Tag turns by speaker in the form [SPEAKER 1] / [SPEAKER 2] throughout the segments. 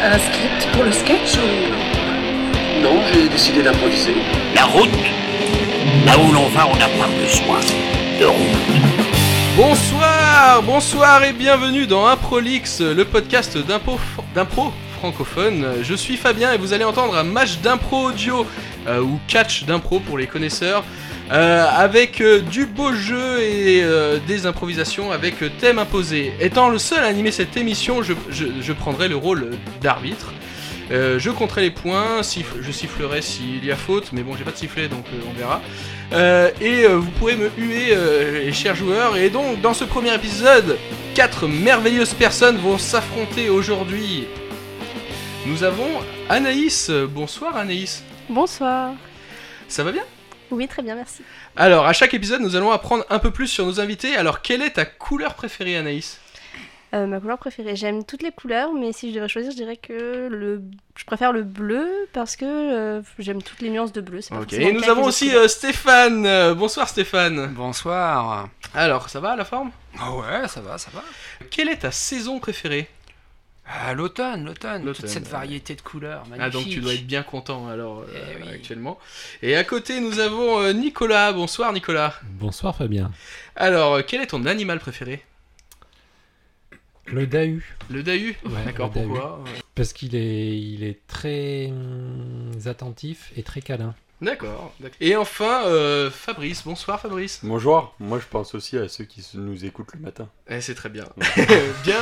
[SPEAKER 1] un script pour le sketch ou...
[SPEAKER 2] Non, j'ai décidé d'improviser.
[SPEAKER 3] La route, là où l'on va, on n'a pas besoin de route.
[SPEAKER 4] Bonsoir, bonsoir et bienvenue dans Improlix, le podcast d'impro d'impro francophone. Je suis Fabien et vous allez entendre un match d'impro audio euh, ou catch d'impro pour les connaisseurs. euh, avec euh, du beau jeu et euh, des improvisations avec euh, thème imposé. Étant le seul à animer cette émission, je, je- je prendrai le rôle d'arbitre. Euh, je compterai les points, siffle- je sifflerai s'il y a faute, mais bon, j'ai pas de sifflet donc euh, on verra. Euh, et euh, vous pourrez me huer, euh, les chers joueurs. Et donc, dans ce premier épisode, quatre merveilleuses personnes vont s'affronter aujourd'hui. Nous avons Anaïs. Euh, Bonsoir Anaïs.
[SPEAKER 5] Bonsoir.
[SPEAKER 4] Ça va bien
[SPEAKER 5] Oui, très bien, merci.
[SPEAKER 4] Alors, à chaque épisode, nous allons apprendre un peu plus sur nos invités. Alors, quelle est ta couleur préférée, Anaïs
[SPEAKER 5] Euh, ma couleur préférée, j'aime toutes les couleurs, mais si je devais choisir, je dirais que le... je préfère le bleu parce que euh, j'aime toutes les nuances de bleu. c'est pas forcément le
[SPEAKER 4] Et nous
[SPEAKER 5] cas avec
[SPEAKER 4] avons
[SPEAKER 5] les
[SPEAKER 4] aussi
[SPEAKER 5] autres
[SPEAKER 4] euh, Stéphane. Euh, bonsoir Stéphane.
[SPEAKER 6] Bonsoir.
[SPEAKER 4] Alors, ça va la forme
[SPEAKER 6] Ah ouais, ça va, ça va.
[SPEAKER 4] Quelle est ta saison préférée
[SPEAKER 6] Ah, l'automne, l'automne,
[SPEAKER 4] L'automne,
[SPEAKER 6] toute cette
[SPEAKER 4] ouais.
[SPEAKER 6] variété de couleurs. Magnifique.
[SPEAKER 4] Ah, donc tu dois être bien content alors euh,
[SPEAKER 6] Eh oui.
[SPEAKER 4] actuellement. Et à côté, nous avons euh, Nicolas. Bonsoir Nicolas.
[SPEAKER 7] Bonsoir Fabien.
[SPEAKER 4] Alors, euh, quel est ton animal préféré
[SPEAKER 7] Le Dahu,
[SPEAKER 4] Le dahu
[SPEAKER 7] Ouais,
[SPEAKER 4] D'accord,
[SPEAKER 7] le dahu.
[SPEAKER 4] pourquoi Ouais.
[SPEAKER 7] parce qu'il est, il est très hum, attentif et très câlin.
[SPEAKER 4] D'accord. d'accord. Et enfin, euh, Fabrice. Bonsoir Fabrice.
[SPEAKER 8] Bonjour, moi je pense aussi à ceux qui se- nous écoutent le matin.
[SPEAKER 4] Eh, c'est très bien. bien.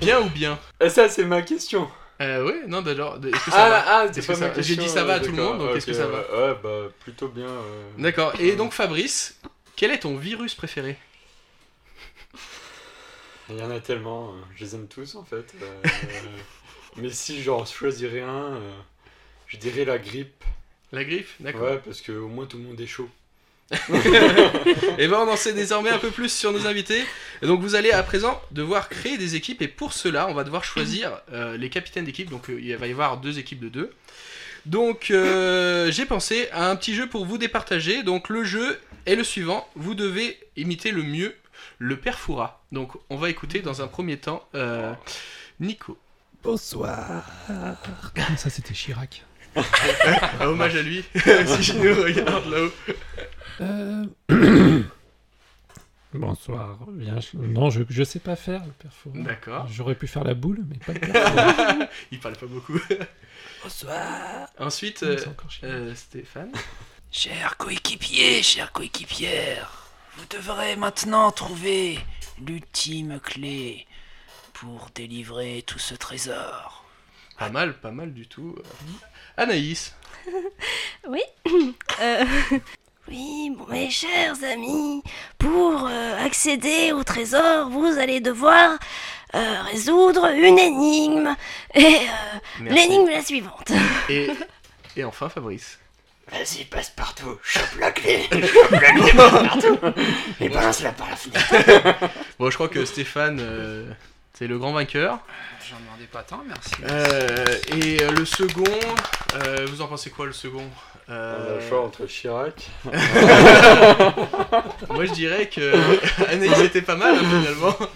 [SPEAKER 4] bien ou bien
[SPEAKER 8] Et Ah, ça c'est ma question.
[SPEAKER 4] euh, Ouais, non, d'ailleurs, de- est-ce que ça va
[SPEAKER 8] ah,
[SPEAKER 4] Est-ce que ça- j'ai dit ça va à tout le monde, donc est-ce que ça va
[SPEAKER 8] euh, Ouais, bah plutôt bien. euh.
[SPEAKER 4] D'accord. Et donc Fabrice, quel est ton virus préféré
[SPEAKER 8] Il y en a tellement, euh, je les aime tous en fait. euh, euh, mais si j'en choisirais un, euh, je dirais la grippe.
[SPEAKER 4] La griffe D'accord.
[SPEAKER 8] Ouais, parce que au moins tout le monde est chaud.
[SPEAKER 4] Et ben on en sait désormais un peu plus sur nos invités. Et donc vous allez à présent devoir créer des équipes et pour cela on va devoir choisir euh, les capitaines d'équipe. Donc euh, il va y avoir deux équipes de deux. Donc euh, j'ai pensé à un petit jeu pour vous départager. Donc le jeu est le suivant. Vous devez imiter le mieux le père Foura. Donc on va écouter dans un premier temps euh, Nico.
[SPEAKER 7] Bonsoir. Comment ça c'était Chirac
[SPEAKER 4] Un hommage à lui si je nous regarde là-haut.
[SPEAKER 7] Euh, Bonsoir. Bien, je- Non, je, je sais pas faire le perfour.
[SPEAKER 4] D'accord. Euh,
[SPEAKER 7] J'aurais pu faire la boule, mais pas le perfour.
[SPEAKER 4] Il parle pas beaucoup.
[SPEAKER 6] Bonsoir.
[SPEAKER 4] Ensuite euh,
[SPEAKER 7] C'est encore Chirac.
[SPEAKER 4] euh, Stéphane.
[SPEAKER 6] Chers coéquipiers, chers coéquipières, vous devrez maintenant trouver l'ultime clé pour délivrer tout ce trésor.
[SPEAKER 4] Pas mal, pas mal du tout. Anaïs.
[SPEAKER 5] Euh, Oui, bon, mes chers amis, pour euh, accéder au trésor, vous allez devoir euh, résoudre une énigme. Et euh,
[SPEAKER 4] Merci.
[SPEAKER 5] l'énigme est la suivante.
[SPEAKER 4] Et, et enfin Fabrice.
[SPEAKER 9] Vas-y, passe partout, chope la clé, chope la clé passe partout, et balance-la par la fenêtre.
[SPEAKER 4] Bon, je crois que Stéphane, euh, c'est le grand vainqueur.
[SPEAKER 6] J'en demandais pas tant, merci.
[SPEAKER 4] Euh, et euh, le second, euh, vous en pensez quoi le second
[SPEAKER 8] On a
[SPEAKER 4] Euh,
[SPEAKER 8] le choix entre Chirac.
[SPEAKER 4] Moi, je dirais que Anaïs était pas mal hein, finalement. On-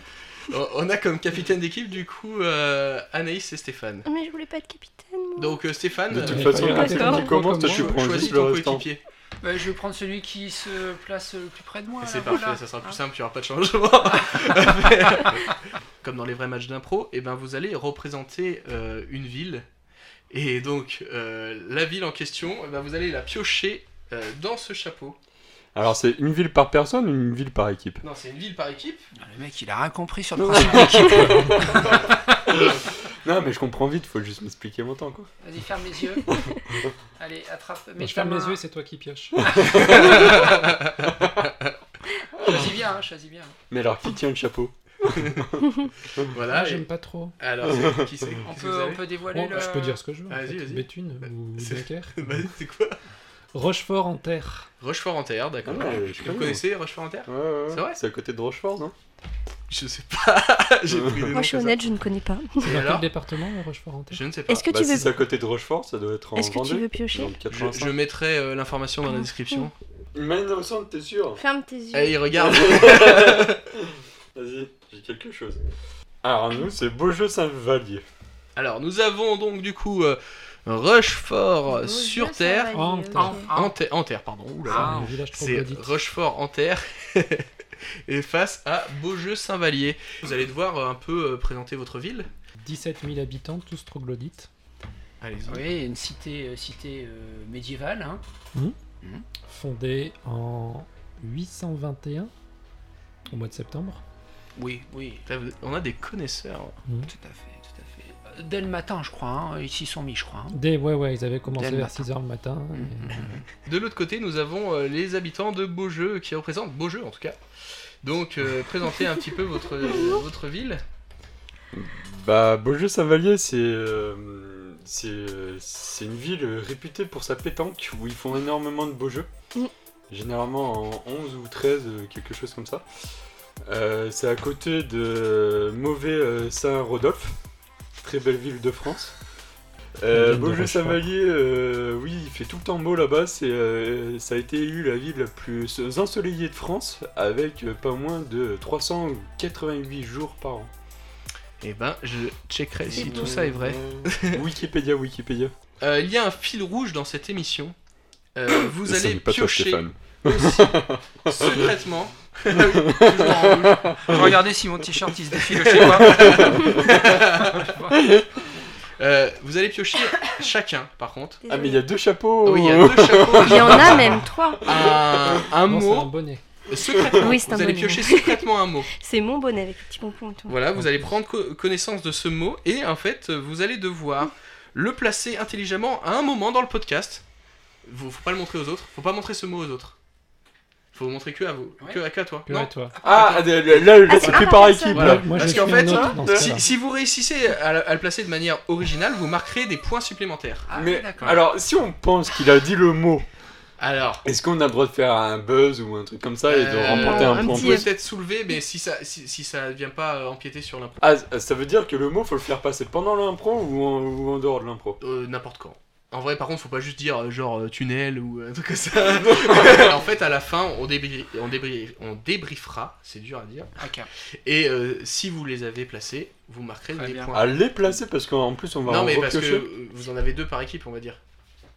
[SPEAKER 4] On a comme capitaine d'équipe du coup euh, Anaïs et Stéphane.
[SPEAKER 5] Mais je voulais pas être capitaine, moi.
[SPEAKER 4] Donc euh, Stéphane,
[SPEAKER 8] De toute
[SPEAKER 7] euh,
[SPEAKER 8] façon,
[SPEAKER 7] d'accord.
[SPEAKER 8] quand tu commences, toi, tu
[SPEAKER 7] Comme
[SPEAKER 8] prends
[SPEAKER 4] choisis
[SPEAKER 8] juste le
[SPEAKER 4] ton
[SPEAKER 8] restant.
[SPEAKER 4] coéquipier.
[SPEAKER 6] Bah, je vais prendre celui qui se place le plus près de moi.
[SPEAKER 4] Et
[SPEAKER 6] là,
[SPEAKER 4] C'est parfait,
[SPEAKER 6] voilà.
[SPEAKER 4] ça sera plus
[SPEAKER 6] Hein
[SPEAKER 4] simple, il n'y aura pas de changement. Comme dans les vrais matchs d'impro, et ben vous allez représenter euh, une ville. Et donc, euh, la ville en question, eh ben, vous allez la piocher euh, dans ce chapeau.
[SPEAKER 8] Alors c'est une ville par personne ou une ville par équipe
[SPEAKER 4] Non, c'est une ville par équipe.
[SPEAKER 6] Ah, Le mec, il a rien compris sur le principe d'équipe.
[SPEAKER 8] Non, mais je comprends vite, faut juste m'expliquer mon temps quoi.
[SPEAKER 6] Vas-y, ferme les yeux. Allez, attrape.
[SPEAKER 7] Non,
[SPEAKER 6] Mais
[SPEAKER 7] je ferme les yeux, c'est toi qui pioche.
[SPEAKER 4] Ah,
[SPEAKER 6] Choisis bien, hein, choisis bien.
[SPEAKER 8] Mais alors qui tient le chapeau
[SPEAKER 4] Voilà.
[SPEAKER 7] Ah,
[SPEAKER 4] bah, et-
[SPEAKER 7] J'aime pas trop.
[SPEAKER 4] Alors, c'est qui c'est
[SPEAKER 6] On
[SPEAKER 4] Qu'est-ce que vous
[SPEAKER 6] peut, on
[SPEAKER 4] avez
[SPEAKER 6] peut dévoiler
[SPEAKER 7] Oh,
[SPEAKER 6] le.
[SPEAKER 7] Je peux dire ce que je veux. en
[SPEAKER 4] Vas-y,
[SPEAKER 7] fait.
[SPEAKER 4] vas-y.
[SPEAKER 7] Béthune ou
[SPEAKER 4] C'est-
[SPEAKER 7] Dunkerque.
[SPEAKER 4] Vas-y, Bah, c'est quoi
[SPEAKER 7] Rochefort en terre.
[SPEAKER 4] Rochefort-en-Terre, d'accord.
[SPEAKER 8] Ah, ouais, je
[SPEAKER 4] Vous
[SPEAKER 8] connais.
[SPEAKER 4] connaissez Rochefort-en-Terre
[SPEAKER 8] Ouais, ouais, ouais.
[SPEAKER 4] C'est vrai
[SPEAKER 8] C'est à côté de Rochefort, non
[SPEAKER 4] Je sais pas. J'ai pris des noms
[SPEAKER 5] Moi, je suis
[SPEAKER 4] comme ça.
[SPEAKER 5] honnête, je ne connais pas.
[SPEAKER 7] C'est dans
[SPEAKER 4] alors
[SPEAKER 7] quel département le Rochefort en terre
[SPEAKER 4] Je ne sais pas.
[SPEAKER 5] Est-ce que
[SPEAKER 8] bah,
[SPEAKER 5] tu
[SPEAKER 8] si
[SPEAKER 5] veux,
[SPEAKER 8] c'est à côté de Rochefort, ça doit être en
[SPEAKER 5] est-ce que tu
[SPEAKER 8] Vendée.
[SPEAKER 5] veux
[SPEAKER 8] Dans
[SPEAKER 5] piocher
[SPEAKER 8] le
[SPEAKER 4] Je,
[SPEAKER 8] 85.
[SPEAKER 4] je mettrai euh, l'information dans la description.
[SPEAKER 8] Mais innocent, t'es sûr
[SPEAKER 4] Eh,
[SPEAKER 5] Ferme tes yeux.
[SPEAKER 4] Allez, regarde.
[SPEAKER 8] Vas-y, j'ai quelque chose. Alors, nous, c'est Beaujeu Saint-Vallier.
[SPEAKER 4] Alors, nous avons donc du coup euh, Rochefort
[SPEAKER 10] Beau
[SPEAKER 4] Oh, sur
[SPEAKER 10] jeu, ça
[SPEAKER 4] Terre.
[SPEAKER 10] va aller,
[SPEAKER 6] En-
[SPEAKER 10] ok.
[SPEAKER 4] En, terre- en terre, pardon. Ouh là là.
[SPEAKER 7] un village
[SPEAKER 4] C'est
[SPEAKER 7] troglodyte.
[SPEAKER 4] Rochefort en terre et face à Beaujeu Saint-Vallier. Vous allez devoir euh, un peu euh, présenter votre ville.
[SPEAKER 7] 17 000 habitants, tous troglodytes.
[SPEAKER 4] Allez-y.
[SPEAKER 6] Oui, une cité, euh, cité euh, médiévale. hein.
[SPEAKER 7] Fondée en 821, au mois de septembre.
[SPEAKER 6] Oui, oui,
[SPEAKER 4] Là, vous- On a des connaisseurs. hein.
[SPEAKER 6] tout à fait, tout à fait. Euh, Dès le matin, je crois. hein, Ils s'y sont mis, je crois. hein.
[SPEAKER 7] Dès, ouais, ouais, ils avaient commencé
[SPEAKER 6] Dès le
[SPEAKER 7] vers
[SPEAKER 6] matin.
[SPEAKER 7] 6 h le matin.
[SPEAKER 6] Mm.
[SPEAKER 7] et-
[SPEAKER 4] De l'autre côté, nous avons euh, les habitants de Beaujeu qui représentent Beaujeu en tout cas. Donc, euh, présentez un petit peu votre, euh, votre ville.
[SPEAKER 8] Bah, Beaujeu-Saint-Vallier, c'est. euh, c'est. euh, c'est une ville réputée pour sa pétanque où ils font énormément de beaux jeux.
[SPEAKER 10] Mm.
[SPEAKER 8] Généralement en 11 ou 13, euh, quelque chose comme ça. Euh, c'est à côté de Mauvais euh, Saint-Rodolphe, très belle ville de France. Euh,
[SPEAKER 7] Ville de
[SPEAKER 8] Beaujeu-Saint-Vallier, euh, oui, il fait tout le temps beau là-bas. C'est, euh, ça a été élu la ville la plus ensoleillée de France avec euh, pas moins de 388 jours par an.
[SPEAKER 4] Eh ben, je checkerai si
[SPEAKER 10] C'est
[SPEAKER 4] tout
[SPEAKER 10] beau.
[SPEAKER 4] ça est vrai.
[SPEAKER 8] Wikipédia, Wikipédia.
[SPEAKER 4] Euh, Il y a un fil rouge dans cette émission. Euh, vous
[SPEAKER 8] Ça
[SPEAKER 4] allez
[SPEAKER 8] n'est pas toi,
[SPEAKER 4] piocher
[SPEAKER 8] Stéphane.
[SPEAKER 4] aussi secrètement. Ah oui, toujours en rouge.
[SPEAKER 6] Je regardais si mon t-shirt il se défilochait pas.
[SPEAKER 7] Ah
[SPEAKER 4] Euh, vous allez piocher chacun, par contre.
[SPEAKER 8] Ah, mais il y a deux chapeaux.
[SPEAKER 4] Ah oui, il y a deux chapeaux.
[SPEAKER 10] Il y en a même trois.
[SPEAKER 4] Un, un
[SPEAKER 7] Oh. Non, c'est un
[SPEAKER 4] mot
[SPEAKER 7] bonnet.
[SPEAKER 4] secrètement.
[SPEAKER 10] Oui, c'est un
[SPEAKER 4] vous allez
[SPEAKER 10] bon
[SPEAKER 4] piocher secrètement un mot.
[SPEAKER 10] C'est mon bonnet avec le petit pompon et tout.
[SPEAKER 4] Voilà, vous allez prendre co- connaissance de ce mot et en fait, vous allez devoir le placer intelligemment à un moment dans le podcast. Vous, faut pas le montrer aux autres. Faut pas montrer ce mot aux autres. Faut le montrer que à vous, que, à- que à toi.
[SPEAKER 7] Que à
[SPEAKER 4] non.
[SPEAKER 7] toi.
[SPEAKER 8] Ah, là, là, là,
[SPEAKER 10] Ah,
[SPEAKER 8] c'est
[SPEAKER 10] c'est
[SPEAKER 8] plus
[SPEAKER 10] pas
[SPEAKER 8] par
[SPEAKER 10] comme
[SPEAKER 8] équipe.
[SPEAKER 10] ça.
[SPEAKER 8] Là.
[SPEAKER 7] Voilà, moi, je
[SPEAKER 4] Parce
[SPEAKER 7] suis
[SPEAKER 4] qu'en
[SPEAKER 7] un
[SPEAKER 4] fait, euh,
[SPEAKER 7] autre dans ce
[SPEAKER 4] Si,
[SPEAKER 7] cas-là.
[SPEAKER 4] si vous réussissez à, le- à le placer de manière originale, vous marquerez des points supplémentaires.
[SPEAKER 6] Ah,
[SPEAKER 8] Mais
[SPEAKER 6] d'accord.
[SPEAKER 8] alors, si on pense qu'il a dit le mot,
[SPEAKER 4] Alors,
[SPEAKER 8] est-ce qu'on a le droit de faire un buzz ou un truc comme ça et de
[SPEAKER 4] Euh,
[SPEAKER 8] remporter un,
[SPEAKER 10] un
[SPEAKER 8] point
[SPEAKER 10] petit-
[SPEAKER 8] plus
[SPEAKER 4] peut-être soulever, mais si ça, si, si ça vient pas euh, empiéter sur l'impro,
[SPEAKER 8] Ah, ça veut dire que le mot, faut le faire passer pendant l'impro ou, en- ou en dehors de l'impro
[SPEAKER 4] euh, n'importe quand. En vrai, par contre, faut pas juste dire euh, genre euh, tunnel ou un truc comme ça. en fait, à la fin, on, débrie- on, débrie- on débriefera, c'est dur à dire.
[SPEAKER 6] Ok.
[SPEAKER 4] Et euh, si vous les avez placés, vous marquerez
[SPEAKER 6] Très
[SPEAKER 4] des
[SPEAKER 6] bien.
[SPEAKER 4] points.
[SPEAKER 8] À les placer parce qu'en plus, on va
[SPEAKER 4] non,
[SPEAKER 8] en
[SPEAKER 4] mais parce que
[SPEAKER 8] repiocher.
[SPEAKER 4] euh, vous en avez deux par équipe, on va dire.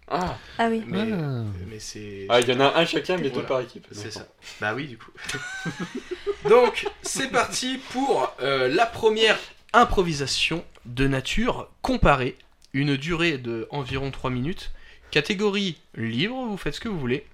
[SPEAKER 8] Ah,
[SPEAKER 10] Ah oui.
[SPEAKER 4] Mais,
[SPEAKER 7] Ah.
[SPEAKER 4] mais c'est.
[SPEAKER 8] Ah, il y en a un chacun, mais deux
[SPEAKER 4] Voilà.
[SPEAKER 8] par équipe.
[SPEAKER 4] C'est
[SPEAKER 8] Donc,
[SPEAKER 4] ça. Bah oui, du coup. Donc, c'est parti pour euh, la première improvisation de nature comparée. Une durée de environ 3 minutes. Catégorie livre, vous faites ce que vous voulez.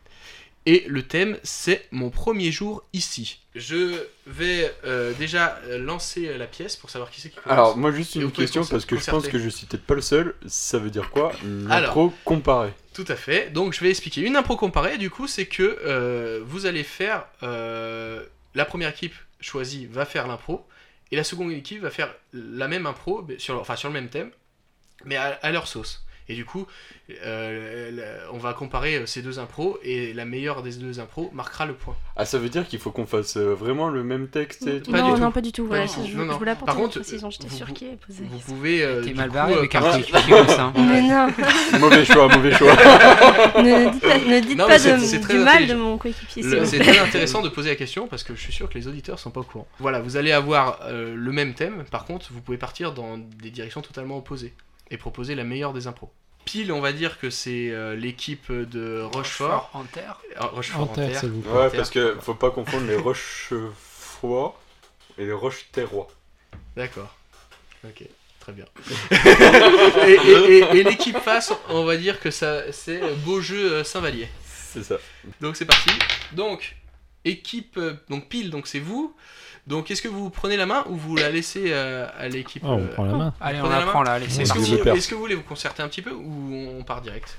[SPEAKER 4] Et le thème, c'est mon premier jour ici. Je vais euh, déjà euh, lancer la pièce pour savoir qui c'est qui commence.
[SPEAKER 8] Alors, moi, juste
[SPEAKER 4] Et vous
[SPEAKER 8] une
[SPEAKER 4] pouvez
[SPEAKER 8] question
[SPEAKER 4] concer-
[SPEAKER 8] parce que je pense
[SPEAKER 4] concerter.
[SPEAKER 8] que je suis peut-être pas le seul. Ça veut dire quoi une
[SPEAKER 4] Alors.
[SPEAKER 8] Impro comparée.
[SPEAKER 4] Tout à fait. Donc je vais expliquer. Une impro comparée, du coup, c'est que euh, vous allez faire. euh, la première équipe choisie va faire l'impro, et la seconde équipe va faire la même impro, mais sur, enfin sur le même thème, mais à, à leur sauce. Et du coup, euh, la- on va comparer euh, ces deux impros, et la meilleure des deux impros marquera le point.
[SPEAKER 8] Ah, ça veut dire qu'il faut qu'on fasse euh, vraiment le même texte et tout.
[SPEAKER 4] Pas
[SPEAKER 10] non,
[SPEAKER 4] du
[SPEAKER 10] non,
[SPEAKER 4] tout.
[SPEAKER 10] pas du tout.
[SPEAKER 4] Pas
[SPEAKER 10] Voilà,
[SPEAKER 4] du tout.
[SPEAKER 10] je, je
[SPEAKER 4] Non, non.
[SPEAKER 10] voulais apporter
[SPEAKER 4] Par
[SPEAKER 10] une
[SPEAKER 4] contre,
[SPEAKER 10] précision. J'étais
[SPEAKER 4] vous-
[SPEAKER 10] sûre
[SPEAKER 4] vous-
[SPEAKER 10] qu'il allait poser la
[SPEAKER 4] Vous
[SPEAKER 10] question.
[SPEAKER 4] pouvez. euh,
[SPEAKER 6] T'es
[SPEAKER 4] du
[SPEAKER 6] mal
[SPEAKER 4] coup,
[SPEAKER 6] barré
[SPEAKER 4] euh,
[SPEAKER 6] avec un
[SPEAKER 8] Ouais.
[SPEAKER 6] truc qui est comme ça. hein.
[SPEAKER 10] Mais non,
[SPEAKER 8] mauvais choix, mauvais choix.
[SPEAKER 10] ne dites pas, ne dites
[SPEAKER 4] Non,
[SPEAKER 10] pas
[SPEAKER 4] mais c'est-
[SPEAKER 10] de-
[SPEAKER 4] c'est très
[SPEAKER 10] du mal de
[SPEAKER 4] intelligent.
[SPEAKER 10] mon coéquipier.
[SPEAKER 4] Le-
[SPEAKER 10] s'il vous
[SPEAKER 4] C'est très intéressant de poser la question parce que je suis sûr que les auditeurs sont pas au courant. Voilà, vous allez avoir euh, le même thème, par contre, vous pouvez partir dans des directions totalement opposées et proposer la meilleure des impros. Pile, on va dire que c'est euh, l'équipe de Rochefort.
[SPEAKER 6] en terre.
[SPEAKER 4] Euh, Rochefort
[SPEAKER 7] En
[SPEAKER 4] en
[SPEAKER 7] terre,
[SPEAKER 4] terre.
[SPEAKER 7] s'il vous plaît.
[SPEAKER 8] Ouais, parce que faut pas confondre les Rochefroid et les Rocheterrois.
[SPEAKER 4] D'accord. Ok, très bien. et et- et- et l'équipe face, on va dire que ça c'est Beau Jeu euh, Saint-Vallier.
[SPEAKER 8] C'est ça.
[SPEAKER 4] Donc c'est parti. Donc, équipe, euh, donc pile, donc c'est vous. Donc est-ce que vous prenez la main ou vous la laissez euh, à l'équipe
[SPEAKER 7] Oh, on
[SPEAKER 4] euh,
[SPEAKER 7] prend la main.
[SPEAKER 6] Allez, on
[SPEAKER 4] Prenez
[SPEAKER 6] la
[SPEAKER 4] la main.
[SPEAKER 6] prend là. Allez, c'est
[SPEAKER 4] Est-ce
[SPEAKER 8] Est-ce
[SPEAKER 4] que,
[SPEAKER 6] parti.
[SPEAKER 8] Parce que je
[SPEAKER 4] vous,
[SPEAKER 8] perds.
[SPEAKER 4] est-ce que vous voulez vous concerter un petit peu ou on part direct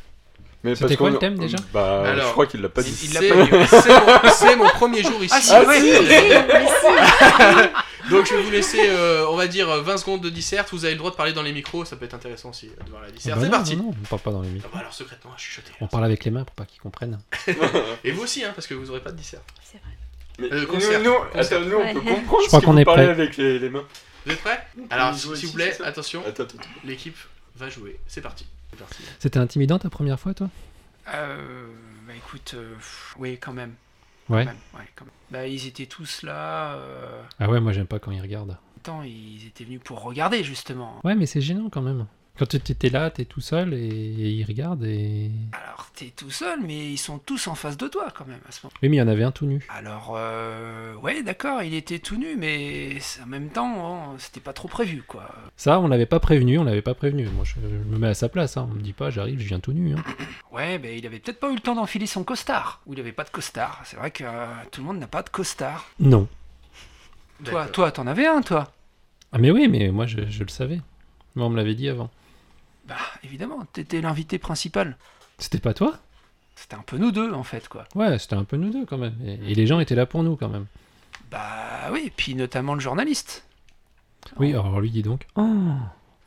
[SPEAKER 8] Mais
[SPEAKER 7] C'était
[SPEAKER 8] parce
[SPEAKER 7] quoi
[SPEAKER 8] qu'on-
[SPEAKER 7] le thème, déjà
[SPEAKER 8] Bah,
[SPEAKER 4] Alors,
[SPEAKER 8] je crois qu'il l'a pas dit.
[SPEAKER 6] il l'a
[SPEAKER 4] C'est- Ah,
[SPEAKER 6] pas dit.
[SPEAKER 4] c'est mon- C'est mon premier jour ici.
[SPEAKER 6] Ah, si,
[SPEAKER 8] Ah,
[SPEAKER 6] ouais.
[SPEAKER 8] si.
[SPEAKER 10] plaît. Mais si.
[SPEAKER 4] Donc je vais vous laisser, euh, on va dire, euh, 20 secondes de disserte. Vous avez le droit de parler dans les micros, ça peut être intéressant aussi euh, de voir la
[SPEAKER 7] Ah
[SPEAKER 4] disserte.
[SPEAKER 7] bah
[SPEAKER 4] c'est
[SPEAKER 7] non,
[SPEAKER 4] parti
[SPEAKER 7] non, non, on parle pas dans les micros.
[SPEAKER 4] Ah bah alors secrètement, je chuchotais.
[SPEAKER 7] On parle avec les mains pour pas qu'ils comprennent.
[SPEAKER 4] Et vous aussi, hein, parce que vous aurez pas de disserte.
[SPEAKER 10] C'est vrai.
[SPEAKER 8] Mais
[SPEAKER 4] Euh,
[SPEAKER 8] nous-
[SPEAKER 4] concert.
[SPEAKER 8] nous,
[SPEAKER 4] Concert.
[SPEAKER 8] attends, nous, on peut
[SPEAKER 10] Ouais.
[SPEAKER 8] comprendre
[SPEAKER 7] Je crois
[SPEAKER 8] ce
[SPEAKER 7] qu'on
[SPEAKER 8] qu'on
[SPEAKER 7] est
[SPEAKER 8] est parler
[SPEAKER 7] prêt.
[SPEAKER 8] avec les, les mains.
[SPEAKER 4] Vous êtes prêts Alors
[SPEAKER 8] jouer
[SPEAKER 4] s'il
[SPEAKER 8] ici,
[SPEAKER 4] vous plaît,
[SPEAKER 8] c'est ça
[SPEAKER 4] attention,
[SPEAKER 8] Attends, attends.
[SPEAKER 4] l'équipe va jouer. C'est parti. C'est parti.
[SPEAKER 7] C'était intimidant ta première fois, toi
[SPEAKER 6] Euh, bah écoute, euh, pff, oui, quand même.
[SPEAKER 7] Ouais.
[SPEAKER 6] Quand même, ouais, quand même. Bah, ils étaient tous là. euh,
[SPEAKER 7] Ah ouais, moi j'aime pas quand ils regardent.
[SPEAKER 6] temps, ils étaient venus pour regarder, justement.
[SPEAKER 7] Ouais, mais c'est gênant quand même. Quand tu t'es là, t'es tout seul et, et ils regardent et.
[SPEAKER 6] Alors, t'es tout seul, mais ils sont tous en face de toi, quand même, à ce moment.
[SPEAKER 7] Oui, mais il y en avait un tout nu.
[SPEAKER 6] Alors, euh, ouais, d'accord, il était tout nu, mais c'est- en même temps, hein, c'était pas trop prévu, quoi.
[SPEAKER 7] Ça, on l'avait pas prévenu, on l'avait pas prévenu. Moi, je, je me mets à sa place. Hein. On me dit pas, j'arrive, je viens tout nu. Hein.
[SPEAKER 6] Ouais, ben il avait peut-être pas eu le temps d'enfiler son costard. Ou il avait pas de costard. C'est vrai que euh, tout le monde n'a pas de costard.
[SPEAKER 7] Non.
[SPEAKER 6] Toi, toi, t'en avais un, toi
[SPEAKER 7] Ah, mais oui, mais moi, je, je le savais. Moi, on me l'avait dit avant.
[SPEAKER 6] Bah, évidemment, t'étais l'invité principal.
[SPEAKER 7] C'était pas toi
[SPEAKER 6] C'était un peu nous deux, en fait, quoi.
[SPEAKER 7] Ouais, c'était un peu nous deux quand même. Et, et les gens étaient là pour nous quand même.
[SPEAKER 6] Bah oui, puis notamment le journaliste.
[SPEAKER 7] Oui, alors lui, dis donc. Oh,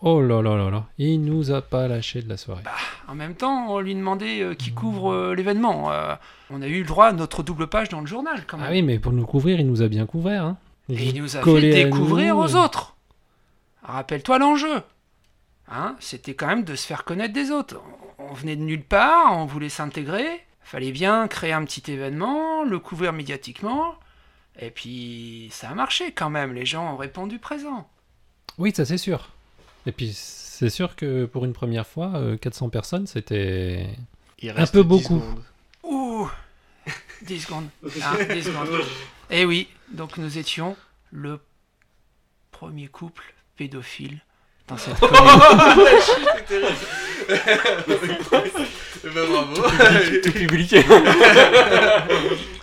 [SPEAKER 7] oh là là là là. Il nous a pas lâché de la soirée.
[SPEAKER 6] En même temps, on lui demandait euh, qui couvre euh, l'événement. Euh, on a eu le droit à notre double page dans le journal, quand même.
[SPEAKER 7] Ah oui, mais pour nous couvrir, il nous a bien couvert. Hein.
[SPEAKER 6] Et il nous a fait
[SPEAKER 7] collé à
[SPEAKER 6] découvrir
[SPEAKER 7] nous,
[SPEAKER 6] aux
[SPEAKER 7] euh.
[SPEAKER 6] autres. Rappelle-toi l'enjeu. Hein, C'était quand même de se faire connaître des autres. On on venait de nulle part, on voulait s'intégrer. Fallait bien créer un petit événement, le couvrir médiatiquement. Et puis, ça a marché quand même. Les gens ont répondu présent.
[SPEAKER 7] Oui, ça c'est sûr. Et puis c'est sûr que pour une première fois, euh, 400 personnes, c'était...
[SPEAKER 11] Il
[SPEAKER 7] Un peu
[SPEAKER 11] 10
[SPEAKER 7] beaucoup.
[SPEAKER 11] secondes.
[SPEAKER 6] Ouh 10 secondes. Ah, 10 secondes. Eh oui, donc nous étions le premier couple pédophile dans cette commune.
[SPEAKER 4] C'est terrible. Eh ben, bravo.
[SPEAKER 8] Tout publié.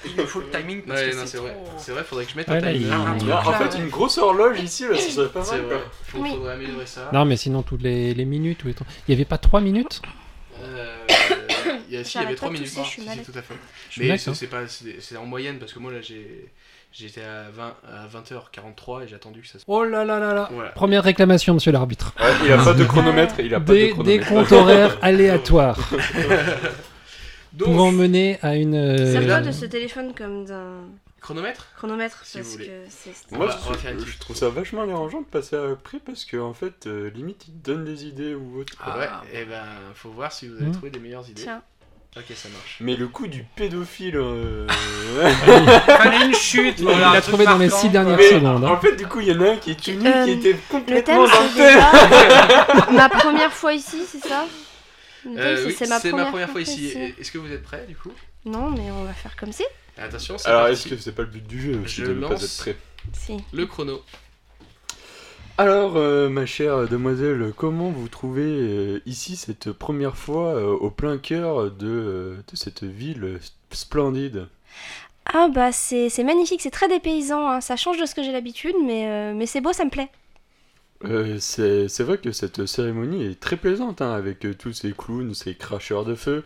[SPEAKER 6] Il me faut le timing parce
[SPEAKER 4] Ouais,
[SPEAKER 6] que
[SPEAKER 4] non,
[SPEAKER 6] c'est
[SPEAKER 4] c'est vrai.
[SPEAKER 6] trop-
[SPEAKER 4] C'est vrai, faudrait que je mette
[SPEAKER 7] Ouais,
[SPEAKER 4] un
[SPEAKER 7] là,
[SPEAKER 4] timer.
[SPEAKER 7] il-
[SPEAKER 4] un
[SPEAKER 7] il-
[SPEAKER 4] truc,
[SPEAKER 8] Là, en
[SPEAKER 4] là.
[SPEAKER 8] fait, une grosse horloge ici, là, ce serait pas
[SPEAKER 4] C'est
[SPEAKER 8] mal.
[SPEAKER 4] vrai.
[SPEAKER 8] quoi.
[SPEAKER 4] Faut-
[SPEAKER 10] Oui.
[SPEAKER 4] Faudrait améliorer ça.
[SPEAKER 7] Non mais sinon toutes les, les minutes, ou les temps- il n'y avait pas 3 minutes
[SPEAKER 4] Euh, il y a, si, il y avait
[SPEAKER 10] J'arrête
[SPEAKER 4] 3
[SPEAKER 10] pas de
[SPEAKER 4] minutes.
[SPEAKER 10] tousser, je suis
[SPEAKER 4] Si, si,
[SPEAKER 10] malade.
[SPEAKER 4] tout à fait.
[SPEAKER 7] suis
[SPEAKER 4] Mais
[SPEAKER 7] malade,
[SPEAKER 4] c'est
[SPEAKER 7] hein.
[SPEAKER 4] c'est pas, c'est c'est en moyenne parce que moi là j'ai, j'étais à 20 à 20h43 et j'ai attendu que ça. se...
[SPEAKER 7] Oh là là là là
[SPEAKER 4] Voilà.
[SPEAKER 7] Première réclamation, monsieur l'arbitre.
[SPEAKER 8] Ouais, il a pas de chronomètre, il a pas de
[SPEAKER 7] Des, des
[SPEAKER 8] chronomètre.
[SPEAKER 7] comptes horaires aléatoires
[SPEAKER 4] Donc
[SPEAKER 7] pouvant mener à une... euh,
[SPEAKER 10] Sers-toi de ce téléphone comme d'un
[SPEAKER 4] chronomètre.
[SPEAKER 10] chronomètre
[SPEAKER 4] Si
[SPEAKER 10] parce
[SPEAKER 4] vous voulez.
[SPEAKER 10] que c'est.
[SPEAKER 8] Moi,
[SPEAKER 4] On va- on va faire une
[SPEAKER 8] je, je
[SPEAKER 4] petite-
[SPEAKER 8] trouve ça vachement dérangeant de passer après parce que, en fait, euh, limite, il te donne des idées ou autre. quoi.
[SPEAKER 6] Ah.
[SPEAKER 4] ouais. Et ben faut voir si vous avez
[SPEAKER 7] Hmm.
[SPEAKER 4] trouvé des meilleures idées.
[SPEAKER 10] Tiens.
[SPEAKER 4] Ok ça marche.
[SPEAKER 8] Mais le coup du pédophile. euh,
[SPEAKER 6] Ah, Fallait une chute.
[SPEAKER 7] on
[SPEAKER 6] voilà, un
[SPEAKER 7] l'a
[SPEAKER 6] truc
[SPEAKER 7] trouvé dans les
[SPEAKER 6] marquant.
[SPEAKER 7] 6 dernières
[SPEAKER 8] Mais,
[SPEAKER 7] secondes. hein.
[SPEAKER 8] en fait, du coup, il y en a un qui est tout nu,
[SPEAKER 10] Euh,
[SPEAKER 8] qui était
[SPEAKER 10] Le
[SPEAKER 8] complètement
[SPEAKER 10] thème
[SPEAKER 8] dans
[SPEAKER 10] c'est déjà ma première fois ici, c'est ça Le thème,
[SPEAKER 4] Euh,
[SPEAKER 10] c'est-
[SPEAKER 4] oui,
[SPEAKER 10] c'est
[SPEAKER 4] c'est ma première fois ici. Et- Est-ce que vous êtes prêts du coup
[SPEAKER 10] Non, mais on va faire comme si.
[SPEAKER 4] Attention, c'est
[SPEAKER 8] Alors,
[SPEAKER 4] parti.
[SPEAKER 8] est-ce que c'est pas le but du jeu aussi
[SPEAKER 4] Je
[SPEAKER 8] de ne pas
[SPEAKER 4] lance.
[SPEAKER 8] être très
[SPEAKER 10] Si.
[SPEAKER 4] le chrono
[SPEAKER 8] Alors, euh, ma chère demoiselle, comment vous trouvez euh, ici cette première fois euh, au plein cœur de, euh, de cette ville euh, splendide
[SPEAKER 10] Ah bah c'est c'est magnifique, c'est très dépaysant, hein. ça change de ce que j'ai l'habitude, mais, euh, mais c'est beau, ça me plaît.
[SPEAKER 8] Euh, C'est c'est vrai que cette cérémonie est très plaisante hein, avec euh, tous ces clowns, ces cracheurs de feu.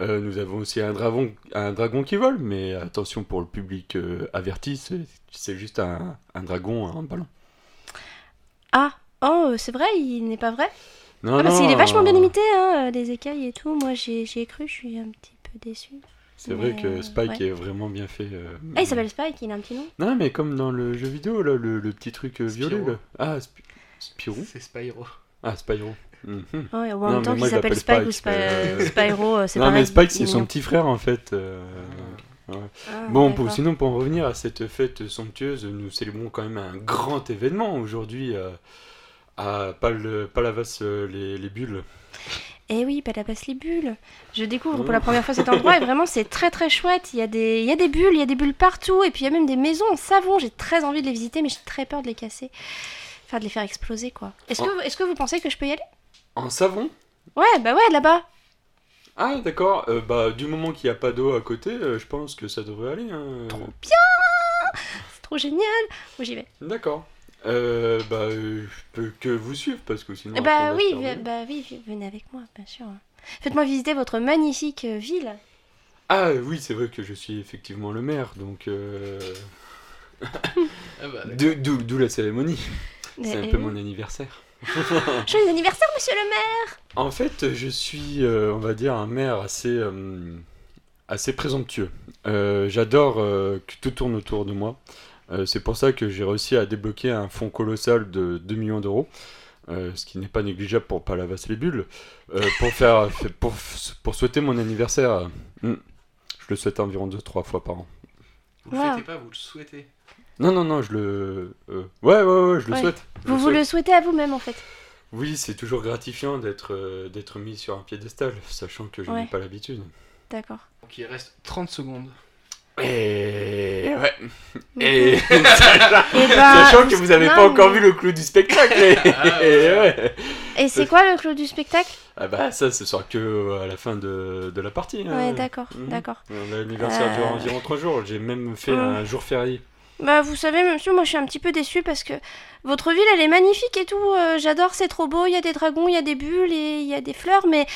[SPEAKER 8] Euh, nous avons aussi un dragon, un dragon qui vole, mais attention pour le public euh, averti, c'est- c'est juste un, un dragon en ballon.
[SPEAKER 10] Ah, oh, euh, c'est vrai, il n'est pas vrai
[SPEAKER 8] Non,
[SPEAKER 10] Ah bah c'est- il est
[SPEAKER 8] non,
[SPEAKER 10] vachement bien
[SPEAKER 8] euh,
[SPEAKER 10] imité, hein, euh, les écailles et tout, moi j'y ai- j'y ai cru, je suis un petit peu déçue.
[SPEAKER 8] C'est vrai
[SPEAKER 10] mais,
[SPEAKER 8] que
[SPEAKER 10] euh,
[SPEAKER 8] Spike
[SPEAKER 10] ouais.
[SPEAKER 8] est vraiment bien fait. euh,
[SPEAKER 10] Ah, il s'appelle Spike, il a un petit nom
[SPEAKER 8] Non, mais comme dans le jeu vidéo, là, le, le petit truc euh,
[SPEAKER 4] Spyro.
[SPEAKER 8] violet. Là. Ah, Sp- Spirou
[SPEAKER 4] C'est Spyro.
[SPEAKER 8] Ah, Spyro. Mhm.
[SPEAKER 10] Ouais, ou
[SPEAKER 8] Non,
[SPEAKER 10] en
[SPEAKER 8] mais
[SPEAKER 10] même temps
[SPEAKER 8] moi,
[SPEAKER 10] qu'il
[SPEAKER 8] je
[SPEAKER 10] s'appelle Spike,
[SPEAKER 8] l'appelle
[SPEAKER 10] ou
[SPEAKER 8] Spike,
[SPEAKER 10] Spy-
[SPEAKER 8] euh,
[SPEAKER 10] Spyro, euh, c'est
[SPEAKER 8] Non,
[SPEAKER 10] pareil.
[SPEAKER 8] mais Spike,
[SPEAKER 10] il
[SPEAKER 8] c'est
[SPEAKER 10] est
[SPEAKER 8] son
[SPEAKER 10] mignon.
[SPEAKER 8] petit frère, en fait. euh,
[SPEAKER 10] Ah,
[SPEAKER 8] Bon,
[SPEAKER 10] d'accord.
[SPEAKER 8] pour, sinon, pour en revenir à cette fête somptueuse, nous célébrons quand même un grand événement aujourd'hui. euh, à pas, le, pas la vasse, euh, les, les bulles.
[SPEAKER 10] Eh oui, Palapas les bulles. Je découvre
[SPEAKER 8] Oh.
[SPEAKER 10] pour la première fois cet endroit et vraiment c'est très très chouette. Il y, a des, il y a des bulles, il y a des bulles partout et puis il y a même des maisons en savon. J'ai très envie de les visiter mais j'ai très peur de les casser. Enfin de les faire exploser quoi. Est-ce
[SPEAKER 8] Oh.
[SPEAKER 10] que, est que vous pensez que je peux y aller
[SPEAKER 8] En savon
[SPEAKER 10] Ouais, bah ouais, là-bas.
[SPEAKER 8] Ah, d'accord. euh, bah, du moment qu'il n'y a pas d'eau à côté, euh, je pense que ça devrait aller. hein.
[SPEAKER 10] C'est trop génial. Où j'y vais
[SPEAKER 8] D'accord. Euh, bah, euh, je peux que vous suivre parce que sinon.
[SPEAKER 10] Eh
[SPEAKER 8] après,
[SPEAKER 10] Bah
[SPEAKER 8] on va
[SPEAKER 10] oui,
[SPEAKER 8] se faire
[SPEAKER 10] vi- bah oui, vi- venez avec moi, bien sûr. Faites-moi visiter votre magnifique euh, ville.
[SPEAKER 8] Ah oui, c'est vrai que je suis effectivement le maire, donc euh,
[SPEAKER 4] Ah bah, d'accord.
[SPEAKER 8] d'où- d'où d'où la cérémonie. C'est un
[SPEAKER 10] Eh
[SPEAKER 8] peu
[SPEAKER 10] oui.
[SPEAKER 8] mon anniversaire.
[SPEAKER 10] Joyeux anniversaire, monsieur le maire
[SPEAKER 8] En fait, je suis, euh, on va dire, un maire assez, euh, assez présomptueux. Euh, J'adore euh, que tout tourne autour de moi. Euh, c'est pour ça que j'ai réussi à débloquer un fonds colossal de 2 millions d'euros, euh, ce qui n'est pas négligeable pour Palavas les bulles, euh, pour, faire, pour, pour souhaiter mon anniversaire. Mm. Je le souhaite environ 2-3 fois par an.
[SPEAKER 4] Vous le
[SPEAKER 10] Wow.
[SPEAKER 4] fêtez pas, vous le souhaitez.
[SPEAKER 8] Non, non, non, je le. euh, ouais, ouais, ouais, je le
[SPEAKER 10] Ouais.
[SPEAKER 8] souhaite. je
[SPEAKER 10] Vous
[SPEAKER 8] le
[SPEAKER 10] vous
[SPEAKER 8] souhaite.
[SPEAKER 10] le souhaitez à vous-même en fait.
[SPEAKER 8] Oui, c'est toujours gratifiant d'être euh, d'être mis sur un piédestal, sachant que je
[SPEAKER 10] Ouais.
[SPEAKER 8] n'ai pas l'habitude.
[SPEAKER 10] D'accord.
[SPEAKER 4] Donc il reste 30 secondes.
[SPEAKER 8] Et ouais.
[SPEAKER 4] Mm-hmm.
[SPEAKER 10] Et
[SPEAKER 8] Et
[SPEAKER 10] ben,
[SPEAKER 8] sachant que vous n'avez
[SPEAKER 10] non,
[SPEAKER 8] pas encore
[SPEAKER 10] mais-
[SPEAKER 8] vu le clou du spectacle.
[SPEAKER 4] Bah, Ah,
[SPEAKER 8] Et ouais.
[SPEAKER 10] Et c'est quoi le clou du spectacle
[SPEAKER 8] Ah bah ça, ce sera que euh, à la fin de, de la partie. hein.
[SPEAKER 10] Ouais, d'accord,
[SPEAKER 8] Mhm.
[SPEAKER 10] d'accord.
[SPEAKER 8] On a L'anniversaire dure
[SPEAKER 10] Euh.
[SPEAKER 8] environ 3 jours. J'ai même fait
[SPEAKER 10] Mhm.
[SPEAKER 8] un jour férié.
[SPEAKER 10] Bah, vous savez, même si moi je suis un petit peu déçue parce que votre ville elle est magnifique et tout. euh, J'adore, c'est trop beau. Il y a des dragons, il y a des bulles et il y a des fleurs, mais.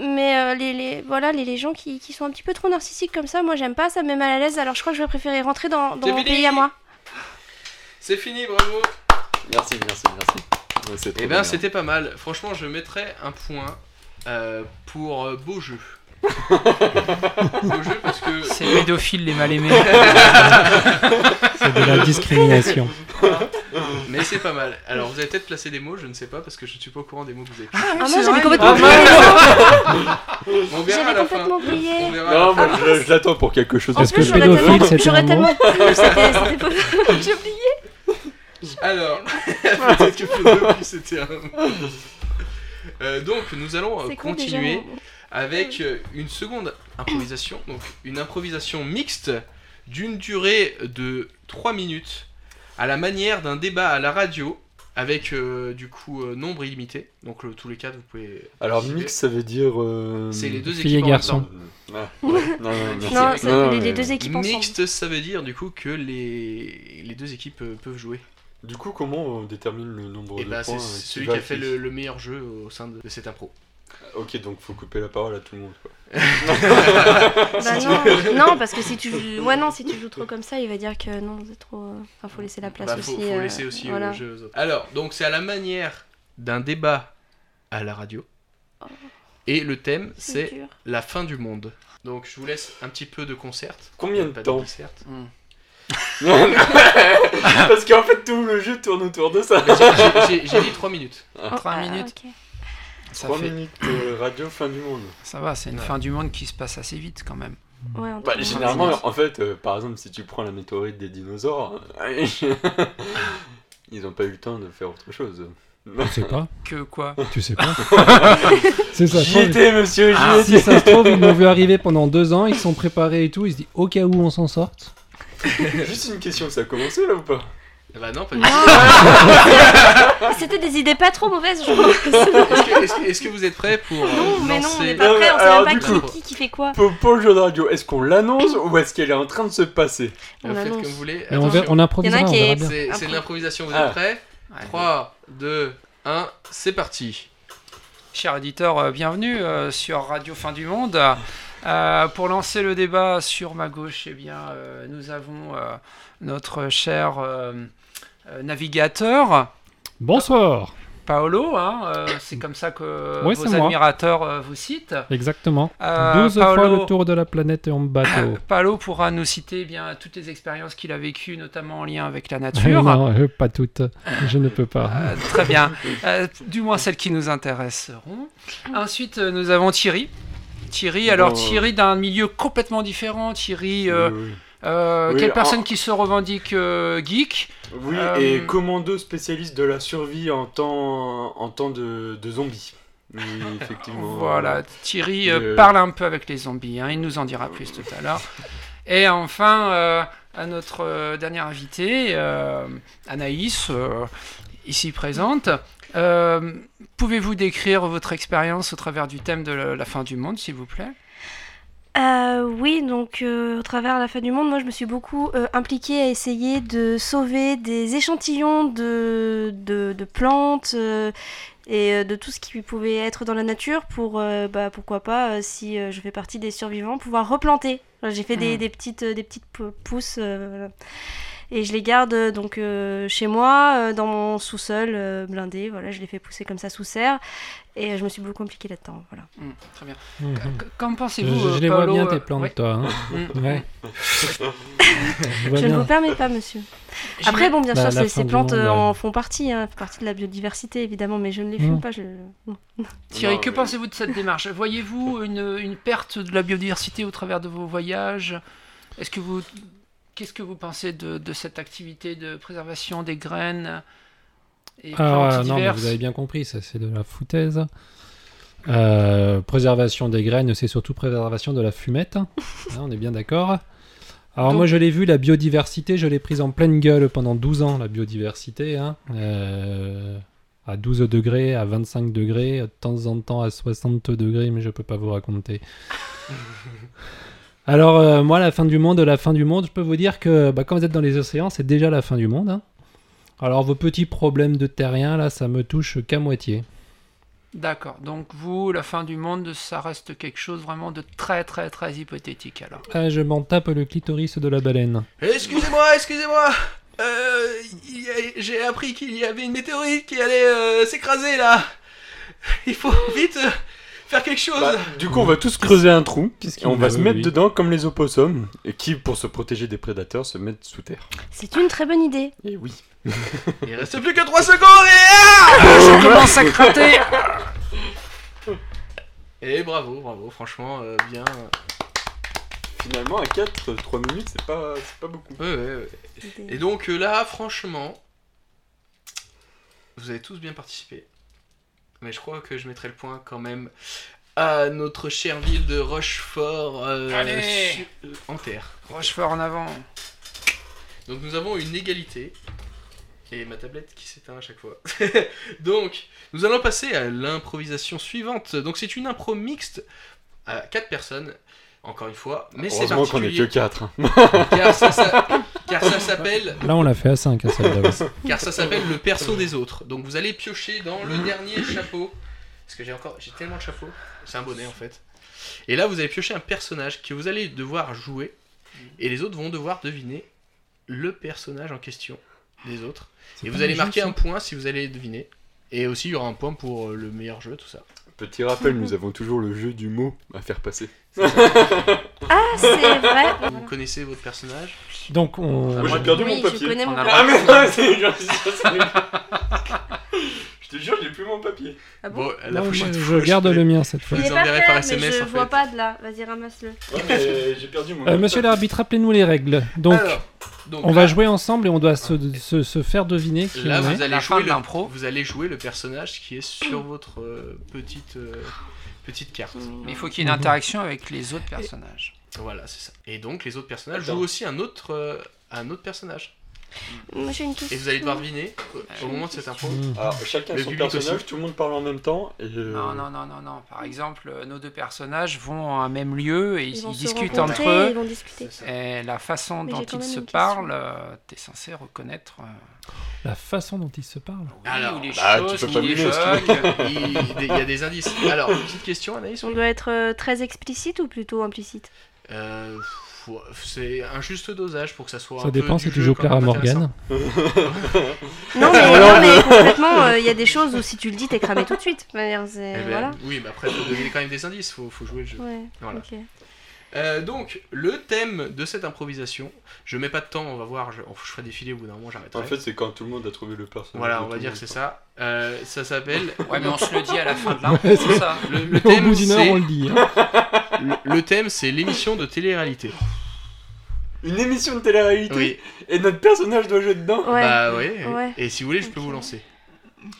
[SPEAKER 10] Mais euh, les, les, voilà, les, les gens qui, qui sont un petit peu trop narcissiques comme ça, moi j'aime pas, ça me met mal à l'aise, alors je crois que je vais préférer rentrer dans, dans
[SPEAKER 4] C'est
[SPEAKER 10] mon
[SPEAKER 4] fini.
[SPEAKER 10] pays à moi.
[SPEAKER 4] C'est fini, bravo
[SPEAKER 8] Merci, merci, merci. Ouais, c'est trop
[SPEAKER 4] Eh
[SPEAKER 8] bien.
[SPEAKER 4] bien, c'était pas mal. Franchement, je mettrais un point euh, pour euh, beau jeu. beau jeu parce que.
[SPEAKER 6] C'est pédophile, les mal aimés.
[SPEAKER 7] C'est de la discrimination.
[SPEAKER 4] Mais c'est pas mal. Alors, vous avez peut-être placé des mots, je ne sais pas, parce que je ne suis pas au courant des mots que vous avez
[SPEAKER 6] Ah,
[SPEAKER 10] Ah
[SPEAKER 6] non,
[SPEAKER 10] non, j'avais complètement
[SPEAKER 6] Ah,
[SPEAKER 10] oublié.
[SPEAKER 6] mince.
[SPEAKER 4] On verra à
[SPEAKER 10] J'avais
[SPEAKER 4] la fin.
[SPEAKER 10] complètement
[SPEAKER 4] On
[SPEAKER 10] oublié.
[SPEAKER 4] verra à la
[SPEAKER 8] Non,
[SPEAKER 4] fin.
[SPEAKER 8] moi, je, je l'attends pour quelque chose.
[SPEAKER 10] En
[SPEAKER 7] Est-ce
[SPEAKER 10] plus,
[SPEAKER 7] que
[SPEAKER 10] j'aurais
[SPEAKER 7] pédophile,
[SPEAKER 10] tellement-
[SPEAKER 7] c'était un
[SPEAKER 10] J'aurais
[SPEAKER 7] mot
[SPEAKER 10] tellement plu, c'était c'était pas- J'ai oublié.
[SPEAKER 4] Alors, peut-être que Pédophile, c'était un. Euh, donc, nous allons euh,
[SPEAKER 10] C'est con, déjà,
[SPEAKER 4] continuer
[SPEAKER 10] on-
[SPEAKER 4] avec euh, une seconde improvisation. Donc, une improvisation mixte d'une durée de 3 minutes à la manière d'un débat à la radio avec euh, du coup euh, nombre illimité. Donc, le- tous les quatre, vous pouvez.
[SPEAKER 8] Alors
[SPEAKER 4] participer.
[SPEAKER 8] mix, ça veut dire. euh,
[SPEAKER 4] c'est les deux
[SPEAKER 7] Filles et
[SPEAKER 4] équipes en même
[SPEAKER 7] garçons.
[SPEAKER 4] temps.
[SPEAKER 8] Ah, ouais. Non, non, merci.
[SPEAKER 10] Non, ça,
[SPEAKER 8] Non,
[SPEAKER 10] les, les
[SPEAKER 8] mais-
[SPEAKER 10] deux équipes ensemble.
[SPEAKER 4] Mixte, ça veut dire du coup que les, les deux équipes euh, peuvent jouer.
[SPEAKER 8] Du coup, comment on détermine le nombre
[SPEAKER 4] Et
[SPEAKER 8] de
[SPEAKER 4] bah,
[SPEAKER 8] points
[SPEAKER 4] c'est
[SPEAKER 8] euh,
[SPEAKER 4] celui
[SPEAKER 8] va
[SPEAKER 4] qui a fait
[SPEAKER 8] afficher
[SPEAKER 4] le, le meilleur jeu au sein de, de cette impro.
[SPEAKER 8] Ok, donc faut couper la parole à tout le monde. Quoi.
[SPEAKER 10] Bah non, non, parce que si tu joues... Ouais, non, si tu joues trop comme ça, il va dire que non, c'est trop... euh, Enfin, faut laisser la place
[SPEAKER 4] Bah,
[SPEAKER 10] aussi.
[SPEAKER 4] faut, faut
[SPEAKER 10] euh,
[SPEAKER 4] laisser aussi
[SPEAKER 10] voilà.
[SPEAKER 4] le jeu aux autres. Alors, donc c'est à la manière d'un débat à la radio. Et le thème,
[SPEAKER 10] Oh. C'est
[SPEAKER 4] c'est
[SPEAKER 10] dur.
[SPEAKER 4] la fin du monde. Donc je vous laisse un petit peu de concert.
[SPEAKER 8] Combien de
[SPEAKER 4] Pas
[SPEAKER 8] temps
[SPEAKER 4] concert.
[SPEAKER 8] Parce qu'en fait, tout le jeu tourne autour de ça.
[SPEAKER 4] J'ai j'ai dit 3 minutes.
[SPEAKER 10] Oh,
[SPEAKER 6] Trois
[SPEAKER 10] ah,
[SPEAKER 6] minutes.
[SPEAKER 10] ok.
[SPEAKER 6] Ça,
[SPEAKER 8] 3
[SPEAKER 6] fait-
[SPEAKER 8] minutes euh, radio, fin du monde.
[SPEAKER 6] ça va, c'est une
[SPEAKER 4] Ouais.
[SPEAKER 6] fin du monde qui se passe assez vite quand même.
[SPEAKER 10] Ouais, on
[SPEAKER 8] Bah,
[SPEAKER 10] trouve
[SPEAKER 8] généralement,
[SPEAKER 10] un
[SPEAKER 8] en fait, euh, par exemple, si tu prends la météorite des dinosaures, euh, ils ont pas eu le temps de faire autre chose.
[SPEAKER 7] Tu sais pas.
[SPEAKER 6] Que quoi
[SPEAKER 7] Tu sais pas. C'est ça.
[SPEAKER 8] J'y étais, monsieur, j'y
[SPEAKER 7] Ah,
[SPEAKER 8] étais.
[SPEAKER 7] si ça se trouve, ils l'ont vu arriver pendant deux ans, ils sont préparés et tout, ils se disent au cas où on s'en sorte.
[SPEAKER 8] Juste une question, ça a commencé là ou pas
[SPEAKER 4] Ah Bah non, pas du tout.
[SPEAKER 10] Non. C'était des idées pas trop mauvaises, je pense.
[SPEAKER 4] Est-ce que, est-ce que- est-ce que vous êtes prêts pour euh,
[SPEAKER 10] Non, mais non, on
[SPEAKER 4] lancer
[SPEAKER 10] n'est pas prêts, on
[SPEAKER 8] Alors,
[SPEAKER 10] sait même
[SPEAKER 8] du
[SPEAKER 10] pas
[SPEAKER 4] coup-
[SPEAKER 10] qui, qui, qui fait quoi.
[SPEAKER 8] Pour, pour le jeu de radio, est-ce qu'on l'annonce ou est-ce qu'elle est en train de se passer
[SPEAKER 10] On
[SPEAKER 4] Faites comme
[SPEAKER 10] annonce.
[SPEAKER 4] vous voulez.
[SPEAKER 7] Mais on,
[SPEAKER 4] Attention.
[SPEAKER 7] verra, on improvisera,
[SPEAKER 10] Il y en a
[SPEAKER 7] on
[SPEAKER 10] qui
[SPEAKER 7] verra
[SPEAKER 10] est-
[SPEAKER 7] bien.
[SPEAKER 4] C'est c'est
[SPEAKER 10] Après.
[SPEAKER 4] de l'improvisation, vous
[SPEAKER 8] Ah.
[SPEAKER 4] êtes prêts
[SPEAKER 6] Ouais.
[SPEAKER 4] 3, 2, 1, c'est parti.
[SPEAKER 6] Cher auditeur, euh, bienvenue euh, sur Radio Fin du Monde. Euh, pour lancer le débat sur ma gauche, eh bien, euh, nous avons euh, notre cher euh, euh, navigateur,
[SPEAKER 7] Bonsoir.
[SPEAKER 6] Paolo. hein, euh, c'est comme ça que
[SPEAKER 7] Oui,
[SPEAKER 6] vos
[SPEAKER 7] c'est moi.
[SPEAKER 6] admirateurs euh, vous citent.
[SPEAKER 7] Exactement.
[SPEAKER 6] Euh,
[SPEAKER 7] 12 fois
[SPEAKER 6] Paolo-
[SPEAKER 7] le tour de la planète et en bateau.
[SPEAKER 6] Paolo pourra nous citer eh bien toutes les expériences qu'il a vécues, notamment en lien avec la
[SPEAKER 7] Eh
[SPEAKER 6] nature.
[SPEAKER 7] non, euh, pas toutes. Je ne peux pas.
[SPEAKER 8] Ah,
[SPEAKER 6] Euh, très bien. Euh, du moins celles qui nous intéresseront. Ensuite, euh, nous avons Thierry. Thierry, alors
[SPEAKER 8] Bon, euh,
[SPEAKER 6] Thierry d'un milieu complètement différent. Thierry, euh,
[SPEAKER 8] Oui,
[SPEAKER 6] euh,
[SPEAKER 8] Oui,
[SPEAKER 6] quelle
[SPEAKER 8] en-
[SPEAKER 6] personne qui se revendique euh, geek
[SPEAKER 8] oui. Oui,
[SPEAKER 6] euh,
[SPEAKER 8] et commando spécialiste de la survie en temps, en temps de, de zombies. Oui, effectivement.
[SPEAKER 6] Voilà, Thierry euh,
[SPEAKER 8] Le-
[SPEAKER 6] parle un peu avec les zombies. hein, il nous en dira plus tout à l'heure. Et enfin, euh, à notre euh, dernière invitée, euh, Anaïs, euh, ici présente. Euh, Pouvez-vous décrire votre expérience au travers du thème de la- la fin du monde, s'il vous plaît
[SPEAKER 10] Euh, oui, donc euh, au travers la fin du monde, moi je me suis beaucoup euh, impliquée à essayer de sauver des échantillons de, de, de plantes euh, et euh, de tout ce qui pouvait être dans la nature pour, euh, bah, pourquoi pas, euh, si euh, je fais partie des survivants, pouvoir replanter. Alors, J'ai fait des,
[SPEAKER 6] Mm.
[SPEAKER 10] des petites, euh, des petites pou- pousses euh, voilà. et je les garde euh, donc euh, chez moi, euh, dans mon sous-sol euh, blindé. Voilà, je les fais pousser comme ça sous serre et euh, je me suis beaucoup impliquée là-dedans. Voilà.
[SPEAKER 6] Hum, Très bien.
[SPEAKER 7] Mhm.
[SPEAKER 6] Qu- Qu'en
[SPEAKER 7] Je,
[SPEAKER 6] pensez-vous
[SPEAKER 7] je
[SPEAKER 6] euh,
[SPEAKER 7] les vois
[SPEAKER 6] Paolo,
[SPEAKER 7] bien
[SPEAKER 6] euh,
[SPEAKER 7] tes plantes,
[SPEAKER 6] ouais.
[SPEAKER 7] toi. hein.
[SPEAKER 6] Mm.
[SPEAKER 7] Ouais. je vois
[SPEAKER 10] Je ne vous
[SPEAKER 7] Bah, bien.
[SPEAKER 10] permets pas, monsieur. Après, bon, bien
[SPEAKER 7] Bah,
[SPEAKER 10] sûr,
[SPEAKER 7] la
[SPEAKER 10] ces,
[SPEAKER 7] fin
[SPEAKER 10] ces
[SPEAKER 7] du
[SPEAKER 10] plantes
[SPEAKER 7] monde,
[SPEAKER 10] euh, en
[SPEAKER 7] ouais.
[SPEAKER 10] font partie, hein, font partie de la biodiversité, évidemment, mais je ne les fume
[SPEAKER 7] Mm.
[SPEAKER 10] pas. Je... non.
[SPEAKER 6] Thierry,
[SPEAKER 8] Non,
[SPEAKER 6] que
[SPEAKER 8] mais-
[SPEAKER 6] pensez-vous de cette démarche Voyez-vous une, une perte de la biodiversité au travers de vos voyages Est-ce que vous Qu'est-ce que vous pensez de, de cette activité de préservation des graines et
[SPEAKER 7] Ah
[SPEAKER 6] plantes
[SPEAKER 7] non, mais
[SPEAKER 6] diverses
[SPEAKER 7] vous avez bien compris, ça c'est de la foutaise. Euh, préservation des graines, c'est surtout préservation de la fumette. hein, on est bien d'accord. Alors
[SPEAKER 6] Donc-
[SPEAKER 7] moi je l'ai vu, la biodiversité, je l'ai prise en pleine gueule pendant 12 ans, la biodiversité. hein. Euh, à 12 degrés, à 25 degrés, de temps en temps à 60 degrés, mais je peux pas vous raconter. Alors euh, moi la fin du monde, la fin du monde, je peux vous dire que bah, quand vous êtes dans les océans, c'est déjà la fin du monde. hein. Alors vos petits problèmes de terrien là, ça me touche qu'à moitié.
[SPEAKER 6] D'accord. Donc vous, la fin du monde, ça reste quelque chose vraiment de très très très hypothétique alors.
[SPEAKER 7] Ah, je m'en tape le clitoris de la baleine.
[SPEAKER 4] Excusez-moi, excusez-moi Euh, il y a- J'ai appris qu'il y avait une météorite qui allait euh, s'écraser là Il faut vite euh, faire quelque chose
[SPEAKER 8] Bah, du coup, on va tous creuser un trou.
[SPEAKER 7] Qu'est-ce
[SPEAKER 8] Et on va se mettre
[SPEAKER 7] dedans
[SPEAKER 8] dedans comme les opossums, et qui, pour se protéger des prédateurs, se mettent sous terre.
[SPEAKER 10] C'est une très bonne idée.
[SPEAKER 8] Et
[SPEAKER 7] Eh
[SPEAKER 8] oui.
[SPEAKER 4] Il reste plus que 3 secondes et... ah
[SPEAKER 6] Je commence à crater
[SPEAKER 4] Et bravo, bravo, franchement, euh, bien...
[SPEAKER 8] Finalement, à 4, 3 minutes, c'est pas, c'est pas beaucoup.
[SPEAKER 4] Ouais, ouais, ouais. Et donc euh, là, franchement, vous avez tous bien participé. Mais je crois que je mettrai le point quand même à notre chère ville de Rochefort euh,
[SPEAKER 6] Allez
[SPEAKER 4] su- euh, en terre.
[SPEAKER 6] Rochefort en avant.
[SPEAKER 4] Donc nous avons une égalité. Et ma tablette qui s'éteint à chaque fois. Donc, nous allons passer à l'improvisation suivante. Donc c'est une impro mixte à 4 personnes, encore une fois. Mais c'est
[SPEAKER 8] Heureusement qu'on est que hein.
[SPEAKER 4] particulier
[SPEAKER 8] 4.
[SPEAKER 4] car ça s'a- car ça s'appelle
[SPEAKER 7] Là, on l'a fait à hein, 5 à celle d'Avas.
[SPEAKER 4] car ça s'appelle le perso des autres. Donc vous allez piocher dans le dernier chapeau. Parce que j'ai encore, j'ai tellement de chapeaux. C'est un bonnet en fait. Et là, vous allez piocher un personnage que vous allez devoir jouer. Et les autres vont devoir deviner le personnage en question des autres. Et vous allez marquer un point si vous allez deviner. Et aussi, il y aura un point pour euh, le meilleur jeu, tout ça.
[SPEAKER 8] Petit rappel, nous avons toujours le jeu du mot à faire passer.
[SPEAKER 10] Ah, c'est vrai.
[SPEAKER 4] Vous connaissez votre personnage
[SPEAKER 7] Donc, on...
[SPEAKER 8] Moi, j'ai perdu
[SPEAKER 10] oui,
[SPEAKER 8] mon
[SPEAKER 10] je
[SPEAKER 8] papier. Ah,
[SPEAKER 10] connais mon
[SPEAKER 6] On a
[SPEAKER 10] père.
[SPEAKER 8] mais non, c'est genre, c'est- Je te jure, j'ai plus mon papier.
[SPEAKER 10] Ah bon
[SPEAKER 4] à
[SPEAKER 7] Non, je,
[SPEAKER 4] prochaine
[SPEAKER 7] je
[SPEAKER 4] fois,
[SPEAKER 7] garde
[SPEAKER 4] je vais-
[SPEAKER 7] le mien cette fois.
[SPEAKER 4] vous
[SPEAKER 10] Il est par
[SPEAKER 4] enverrez par
[SPEAKER 10] terre, mais
[SPEAKER 4] SMS,
[SPEAKER 10] je
[SPEAKER 4] en
[SPEAKER 10] vois
[SPEAKER 4] fait.
[SPEAKER 10] pas de là. Vas-y, ramasse-le.
[SPEAKER 8] Ouais, mais j'ai perdu mon
[SPEAKER 7] Euh, monsieur l'arbitre, rappelez-nous les règles. Donc,
[SPEAKER 4] Alors, donc
[SPEAKER 7] on
[SPEAKER 4] là-
[SPEAKER 7] va jouer ensemble et on doit se, se- se faire deviner qui
[SPEAKER 4] Là,
[SPEAKER 7] on
[SPEAKER 4] vous
[SPEAKER 7] est.
[SPEAKER 4] allez,
[SPEAKER 6] La fin
[SPEAKER 4] jouer
[SPEAKER 6] de
[SPEAKER 4] le,
[SPEAKER 6] l'impro.
[SPEAKER 4] vous allez jouer le personnage qui est sur votre euh, petite, euh, petite carte.
[SPEAKER 6] Il faut qu'il y ait une
[SPEAKER 7] Mhm.
[SPEAKER 6] interaction avec les autres personnages.
[SPEAKER 4] Voilà, c'est ça. Et donc, les autres personnages
[SPEAKER 8] Attends.
[SPEAKER 4] jouent aussi un autre, euh, un autre personnage.
[SPEAKER 10] Mmh. Moi, j'ai une question.
[SPEAKER 4] Et vous allez devoir deviner euh, au moment de cette info.
[SPEAKER 7] Mmh.
[SPEAKER 8] Alors, chacun
[SPEAKER 4] Le
[SPEAKER 8] son
[SPEAKER 4] public
[SPEAKER 8] personnage,
[SPEAKER 4] aussi.
[SPEAKER 8] tout le monde parle en même temps. Et euh,
[SPEAKER 10] Hmm.
[SPEAKER 6] Non, non, non, non, non. Par exemple, euh, nos deux personnages vont à un même lieu et ils,
[SPEAKER 10] Ils vont
[SPEAKER 6] ils
[SPEAKER 10] se
[SPEAKER 6] discutent
[SPEAKER 10] rencontrer
[SPEAKER 6] entre
[SPEAKER 10] et
[SPEAKER 6] eux.
[SPEAKER 10] Ils vont discuter.
[SPEAKER 6] Et la façon
[SPEAKER 10] Mais
[SPEAKER 6] dont
[SPEAKER 10] j'ai quand
[SPEAKER 6] ils
[SPEAKER 10] même
[SPEAKER 6] se
[SPEAKER 10] une question.
[SPEAKER 6] parlent, euh, t'es censé reconnaître. euh,
[SPEAKER 7] La façon dont ils se parlent.
[SPEAKER 6] oui,
[SPEAKER 4] Alors,
[SPEAKER 6] ou les
[SPEAKER 8] bah, tu
[SPEAKER 6] choses,
[SPEAKER 8] peux
[SPEAKER 6] ou
[SPEAKER 8] pas
[SPEAKER 6] les
[SPEAKER 8] deviner,
[SPEAKER 6] chocs.
[SPEAKER 4] Il, il y a des indices. Alors, petite question, Anaïs
[SPEAKER 10] On doit être euh, très explicite ou plutôt implicite
[SPEAKER 4] Euh, faut- C'est un juste dosage pour que ça soit.
[SPEAKER 7] Ça
[SPEAKER 4] un peu
[SPEAKER 7] dépend
[SPEAKER 4] du
[SPEAKER 7] si tu
[SPEAKER 4] jeu
[SPEAKER 7] joues
[SPEAKER 4] quand même
[SPEAKER 7] Clara
[SPEAKER 4] intéressant.
[SPEAKER 7] Morgan.
[SPEAKER 10] Non, mais, non, mais complètement, euh, il y a des choses où si tu le dis, t'es cramé tout de suite. De manière, c'est-
[SPEAKER 4] Eh ben,
[SPEAKER 10] voilà.
[SPEAKER 4] Oui, mais après, faut donner quand même des indices, faut, faut jouer le jeu.
[SPEAKER 10] Ouais,
[SPEAKER 4] Voilà.
[SPEAKER 10] ok.
[SPEAKER 4] Euh, donc, le thème de cette improvisation, je mets pas de temps, on va voir, je, je ferai défiler au bout d'un moment, j'arrêterai.
[SPEAKER 8] En fait, c'est quand tout le monde a trouvé le personnage.
[SPEAKER 4] Voilà,
[SPEAKER 8] de
[SPEAKER 4] on
[SPEAKER 8] tout
[SPEAKER 4] va
[SPEAKER 8] le
[SPEAKER 4] dire que
[SPEAKER 8] monde.
[SPEAKER 4] c'est ça. Euh, ça s'appelle.
[SPEAKER 6] Ouais, mais on se le dit à la fin de l'impro, c'est ça.
[SPEAKER 4] Le, le
[SPEAKER 7] Au
[SPEAKER 4] thème,
[SPEAKER 7] bout d'une heure,
[SPEAKER 4] c'est-
[SPEAKER 7] on le dit. hein.
[SPEAKER 4] le- le thème, c'est l'émission de télé-réalité.
[SPEAKER 8] Une émission de télé-réalité
[SPEAKER 4] Oui.
[SPEAKER 8] et notre personnage doit jouer dedans.
[SPEAKER 10] Ouais.
[SPEAKER 4] Bah ouais.
[SPEAKER 10] Ouais.
[SPEAKER 4] Et si vous voulez, je peux
[SPEAKER 10] Ok.
[SPEAKER 4] vous lancer.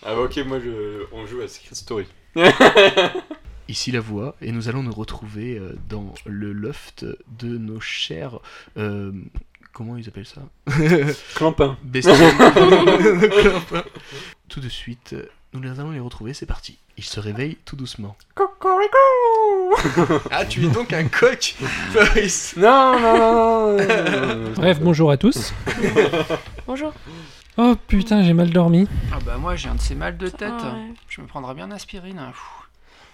[SPEAKER 8] Ah bah ok, moi je... on joue à Secret Story.
[SPEAKER 4] Ici la voix, et nous allons nous retrouver euh, dans le loft de nos chers. euh, comment ils appellent ça
[SPEAKER 8] Clampin.
[SPEAKER 4] Bestioles. Clampin. tout de suite, euh, nous les allons les retrouver, c'est parti. Ils se réveillent tout doucement. Ah, tu es donc un coq, Fabrice
[SPEAKER 8] Non, non, non, non, non, non, non.
[SPEAKER 7] Bref, bonjour à tous.
[SPEAKER 10] Bonjour.
[SPEAKER 7] Oh putain, j'ai mal dormi.
[SPEAKER 6] Ah bah moi j'ai un de ces mal de tête.
[SPEAKER 10] Ah ouais.
[SPEAKER 6] Je me prendrais bien d'aspirine. hein. Pfff.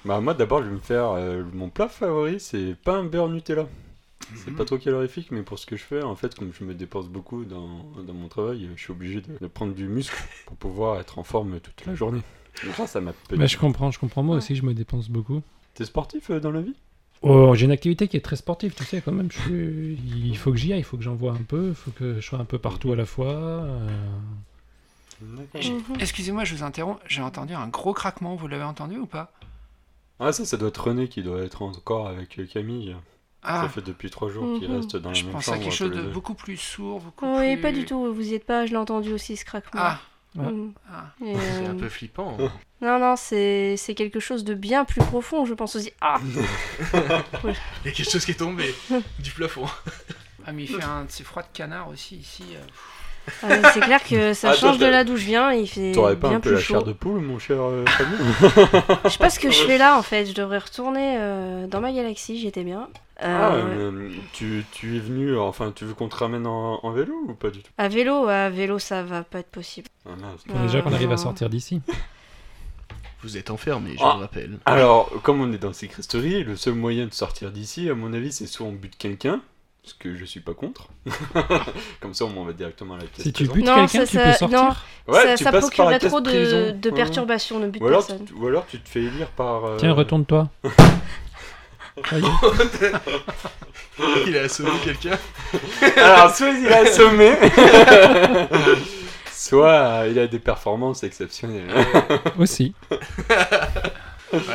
[SPEAKER 8] Bah moi d'abord je vais me faire euh, mon plat favori, c'est pain beurre Nutella. C'est
[SPEAKER 6] Mhm.
[SPEAKER 8] pas trop calorifique, mais pour ce que je fais, en fait, comme je me dépense beaucoup dans, dans mon travail, je suis obligé de, de prendre du muscle pour pouvoir être en forme toute la journée. Ça, ça m'a petite-
[SPEAKER 7] Bah, je comprends, je comprends. Moi aussi, je me dépense beaucoup.
[SPEAKER 8] T'es sportif euh, dans la vie
[SPEAKER 7] Oh, j'ai une activité qui est très sportive, tu sais, quand même. Je suis- Il faut que j'y aille, il faut que j'envoie un peu, il faut que je sois un peu partout à la fois. euh,
[SPEAKER 10] Mhm.
[SPEAKER 6] Excusez-moi, je vous interromps. J'ai entendu un gros craquement. Vous l'avez entendu ou pas
[SPEAKER 8] Ah ça, ça doit être René qui doit être encore avec euh, Camille.
[SPEAKER 6] Ah,
[SPEAKER 8] Ça fait depuis trois jours qu'il
[SPEAKER 10] Mhm.
[SPEAKER 8] reste dans la
[SPEAKER 6] je
[SPEAKER 8] même
[SPEAKER 6] pense
[SPEAKER 8] chambre.
[SPEAKER 6] à quelque
[SPEAKER 8] tous
[SPEAKER 6] chose
[SPEAKER 8] les
[SPEAKER 6] de
[SPEAKER 8] deux.
[SPEAKER 6] beaucoup plus sourd, beaucoup
[SPEAKER 10] Oui,
[SPEAKER 6] plus-
[SPEAKER 10] pas du tout, vous y êtes pas, je l'ai entendu aussi ce craquement.
[SPEAKER 6] Ah,
[SPEAKER 7] Ouais.
[SPEAKER 10] Mm.
[SPEAKER 6] ah.
[SPEAKER 10] Et,
[SPEAKER 4] C'est
[SPEAKER 10] euh,
[SPEAKER 4] un peu flippant. hein.
[SPEAKER 10] Non, non, c'est c'est quelque chose de bien plus profond, je pense aussi. Ah
[SPEAKER 4] Il y a quelque chose qui est tombé du plafond.
[SPEAKER 6] Ah, mais il fait un de ces froids de canard aussi ici. euh.
[SPEAKER 10] Ah, mais C'est clair que ça
[SPEAKER 8] Ah,
[SPEAKER 10] change de
[SPEAKER 8] toi,
[SPEAKER 10] là d'où je viens, il fait
[SPEAKER 8] T'aurais pas
[SPEAKER 10] bien
[SPEAKER 8] un peu
[SPEAKER 10] plus
[SPEAKER 8] la
[SPEAKER 10] chaud. Ah
[SPEAKER 8] chair de poule, mon cher euh, Fabien
[SPEAKER 10] Je sais pas ce que je fais là en fait, je devrais retourner euh, dans ma galaxie, j'y étais bien.
[SPEAKER 8] Ah,
[SPEAKER 10] Euh,
[SPEAKER 8] euh, tu, tu es venu, enfin, tu veux qu'on te ramène en, en vélo ou pas du tout
[SPEAKER 10] À vélo, à vélo ça va pas être possible.
[SPEAKER 8] Ah, mince.
[SPEAKER 7] Faut déjà qu'on arrive
[SPEAKER 10] Euh,
[SPEAKER 7] à sortir d'ici.
[SPEAKER 4] Vous êtes enfermé, je
[SPEAKER 8] Ah.
[SPEAKER 4] le rappelle.
[SPEAKER 8] Alors, comme on est dans ces cresteries, le seul moyen de sortir d'ici, à mon avis, c'est soit on bute quelqu'un, ce que je suis pas contre. Comme ça, au moins, on va directement à la pièce.
[SPEAKER 7] Si tu
[SPEAKER 8] présente.
[SPEAKER 7] butes
[SPEAKER 10] Non,
[SPEAKER 7] quelqu'un,
[SPEAKER 10] ça-
[SPEAKER 7] tu
[SPEAKER 10] ça-
[SPEAKER 7] peux sortir.
[SPEAKER 8] Ouais,
[SPEAKER 10] ça
[SPEAKER 8] tu
[SPEAKER 10] ça
[SPEAKER 8] passes par
[SPEAKER 10] procurerait
[SPEAKER 8] la caisse
[SPEAKER 10] trop de,
[SPEAKER 8] prison.
[SPEAKER 10] de
[SPEAKER 8] Ouais.
[SPEAKER 10] perturbations, ne bute
[SPEAKER 8] Ou alors,
[SPEAKER 10] personne.
[SPEAKER 8] tu, ou alors tu te fais élire par. euh,
[SPEAKER 7] Tiens, retourne-toi. Ça y est.
[SPEAKER 4] Il a assommé quelqu'un.
[SPEAKER 8] Alors, Ah, soit il a assommé, soit euh, il a des performances exceptionnelles.
[SPEAKER 7] Aussi.
[SPEAKER 4] Ouais,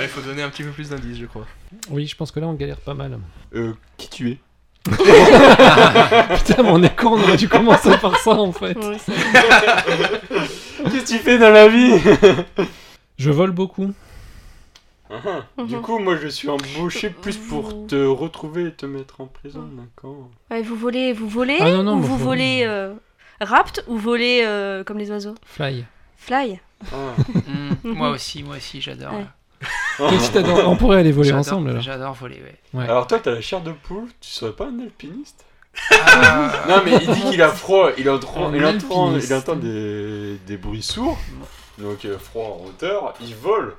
[SPEAKER 4] il faut donner un petit peu plus d'indices, je crois.
[SPEAKER 7] Oui, je pense que là, on galère pas mal.
[SPEAKER 8] Euh, qui tu es
[SPEAKER 7] Putain, mais on est con, on aurait dû commencer par ça, en fait.
[SPEAKER 10] Oui, ça-
[SPEAKER 8] Qu'est-ce que tu fais dans la vie
[SPEAKER 7] Je vole beaucoup.
[SPEAKER 8] Ah, Du
[SPEAKER 10] Mhm.
[SPEAKER 8] coup, moi, je suis embauché plus pour
[SPEAKER 10] Vous-
[SPEAKER 8] te retrouver et te mettre en prison, d'accord
[SPEAKER 10] Ouais, vous volez, vous volez,
[SPEAKER 7] Ah, non, non,
[SPEAKER 10] ou
[SPEAKER 7] moi,
[SPEAKER 10] vous
[SPEAKER 7] faut-
[SPEAKER 10] volez euh, rapt, ou volez euh, comme les oiseaux.
[SPEAKER 7] Fly.
[SPEAKER 10] Fly.
[SPEAKER 8] Ah.
[SPEAKER 6] Mm, moi aussi, moi aussi, j'adore.
[SPEAKER 10] Ouais.
[SPEAKER 6] là.
[SPEAKER 7] Qu'est-ce que t'adores On pourrait aller voler
[SPEAKER 6] Oh. J'adore-
[SPEAKER 7] ensemble, là.
[SPEAKER 6] J'adore voler, ouais.
[SPEAKER 8] Alors toi, t'as la chair de poule, tu serais pas un alpiniste
[SPEAKER 6] Ah,
[SPEAKER 8] Non, mais il dit qu'il a froid, il entend,
[SPEAKER 7] Un
[SPEAKER 8] il entend,
[SPEAKER 7] alpiniste.
[SPEAKER 8] il entend des, des bruits sourds, donc euh, froid en hauteur, il vole.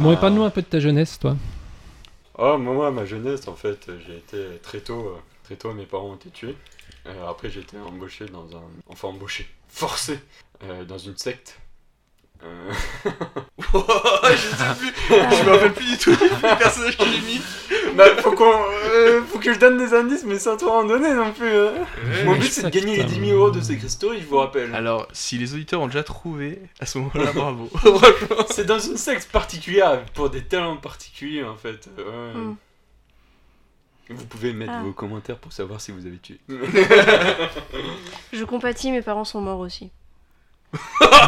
[SPEAKER 7] Bon,
[SPEAKER 8] Ah.
[SPEAKER 7] épargne-nous un peu de ta jeunesse, toi.
[SPEAKER 8] Oh, moi, moi, ma jeunesse, en fait, j'ai été très tôt, euh, très tôt, mes parents ont été tués. Euh, après, j'ai été embauché dans un... Enfin, embauché, forcé, euh, dans une secte. Euh,
[SPEAKER 4] Oh, je sais plus. Je me rappelle plus du tout du personnage que j'ai mis.
[SPEAKER 8] bah, faut, qu'on, euh, faut que je donne des indices, mais sans trop en donner non plus. hein. Mon
[SPEAKER 7] Ouais,
[SPEAKER 8] but,
[SPEAKER 7] je
[SPEAKER 8] c'est
[SPEAKER 7] sais,
[SPEAKER 8] de gagner les
[SPEAKER 7] putain.
[SPEAKER 8] 10 000 euros de ces cristaux, je vous rappelle.
[SPEAKER 4] Alors, si les auditeurs ont déjà trouvé, à ce moment-là, bravo. Franchement.
[SPEAKER 8] C'est dans une sexe particulière, pour des talents particuliers en fait. Euh, Ouais.
[SPEAKER 10] Hmm.
[SPEAKER 8] Vous pouvez mettre
[SPEAKER 10] Ah.
[SPEAKER 8] vos commentaires pour savoir si vous avez tué.
[SPEAKER 10] Je compatis, mes parents sont morts aussi.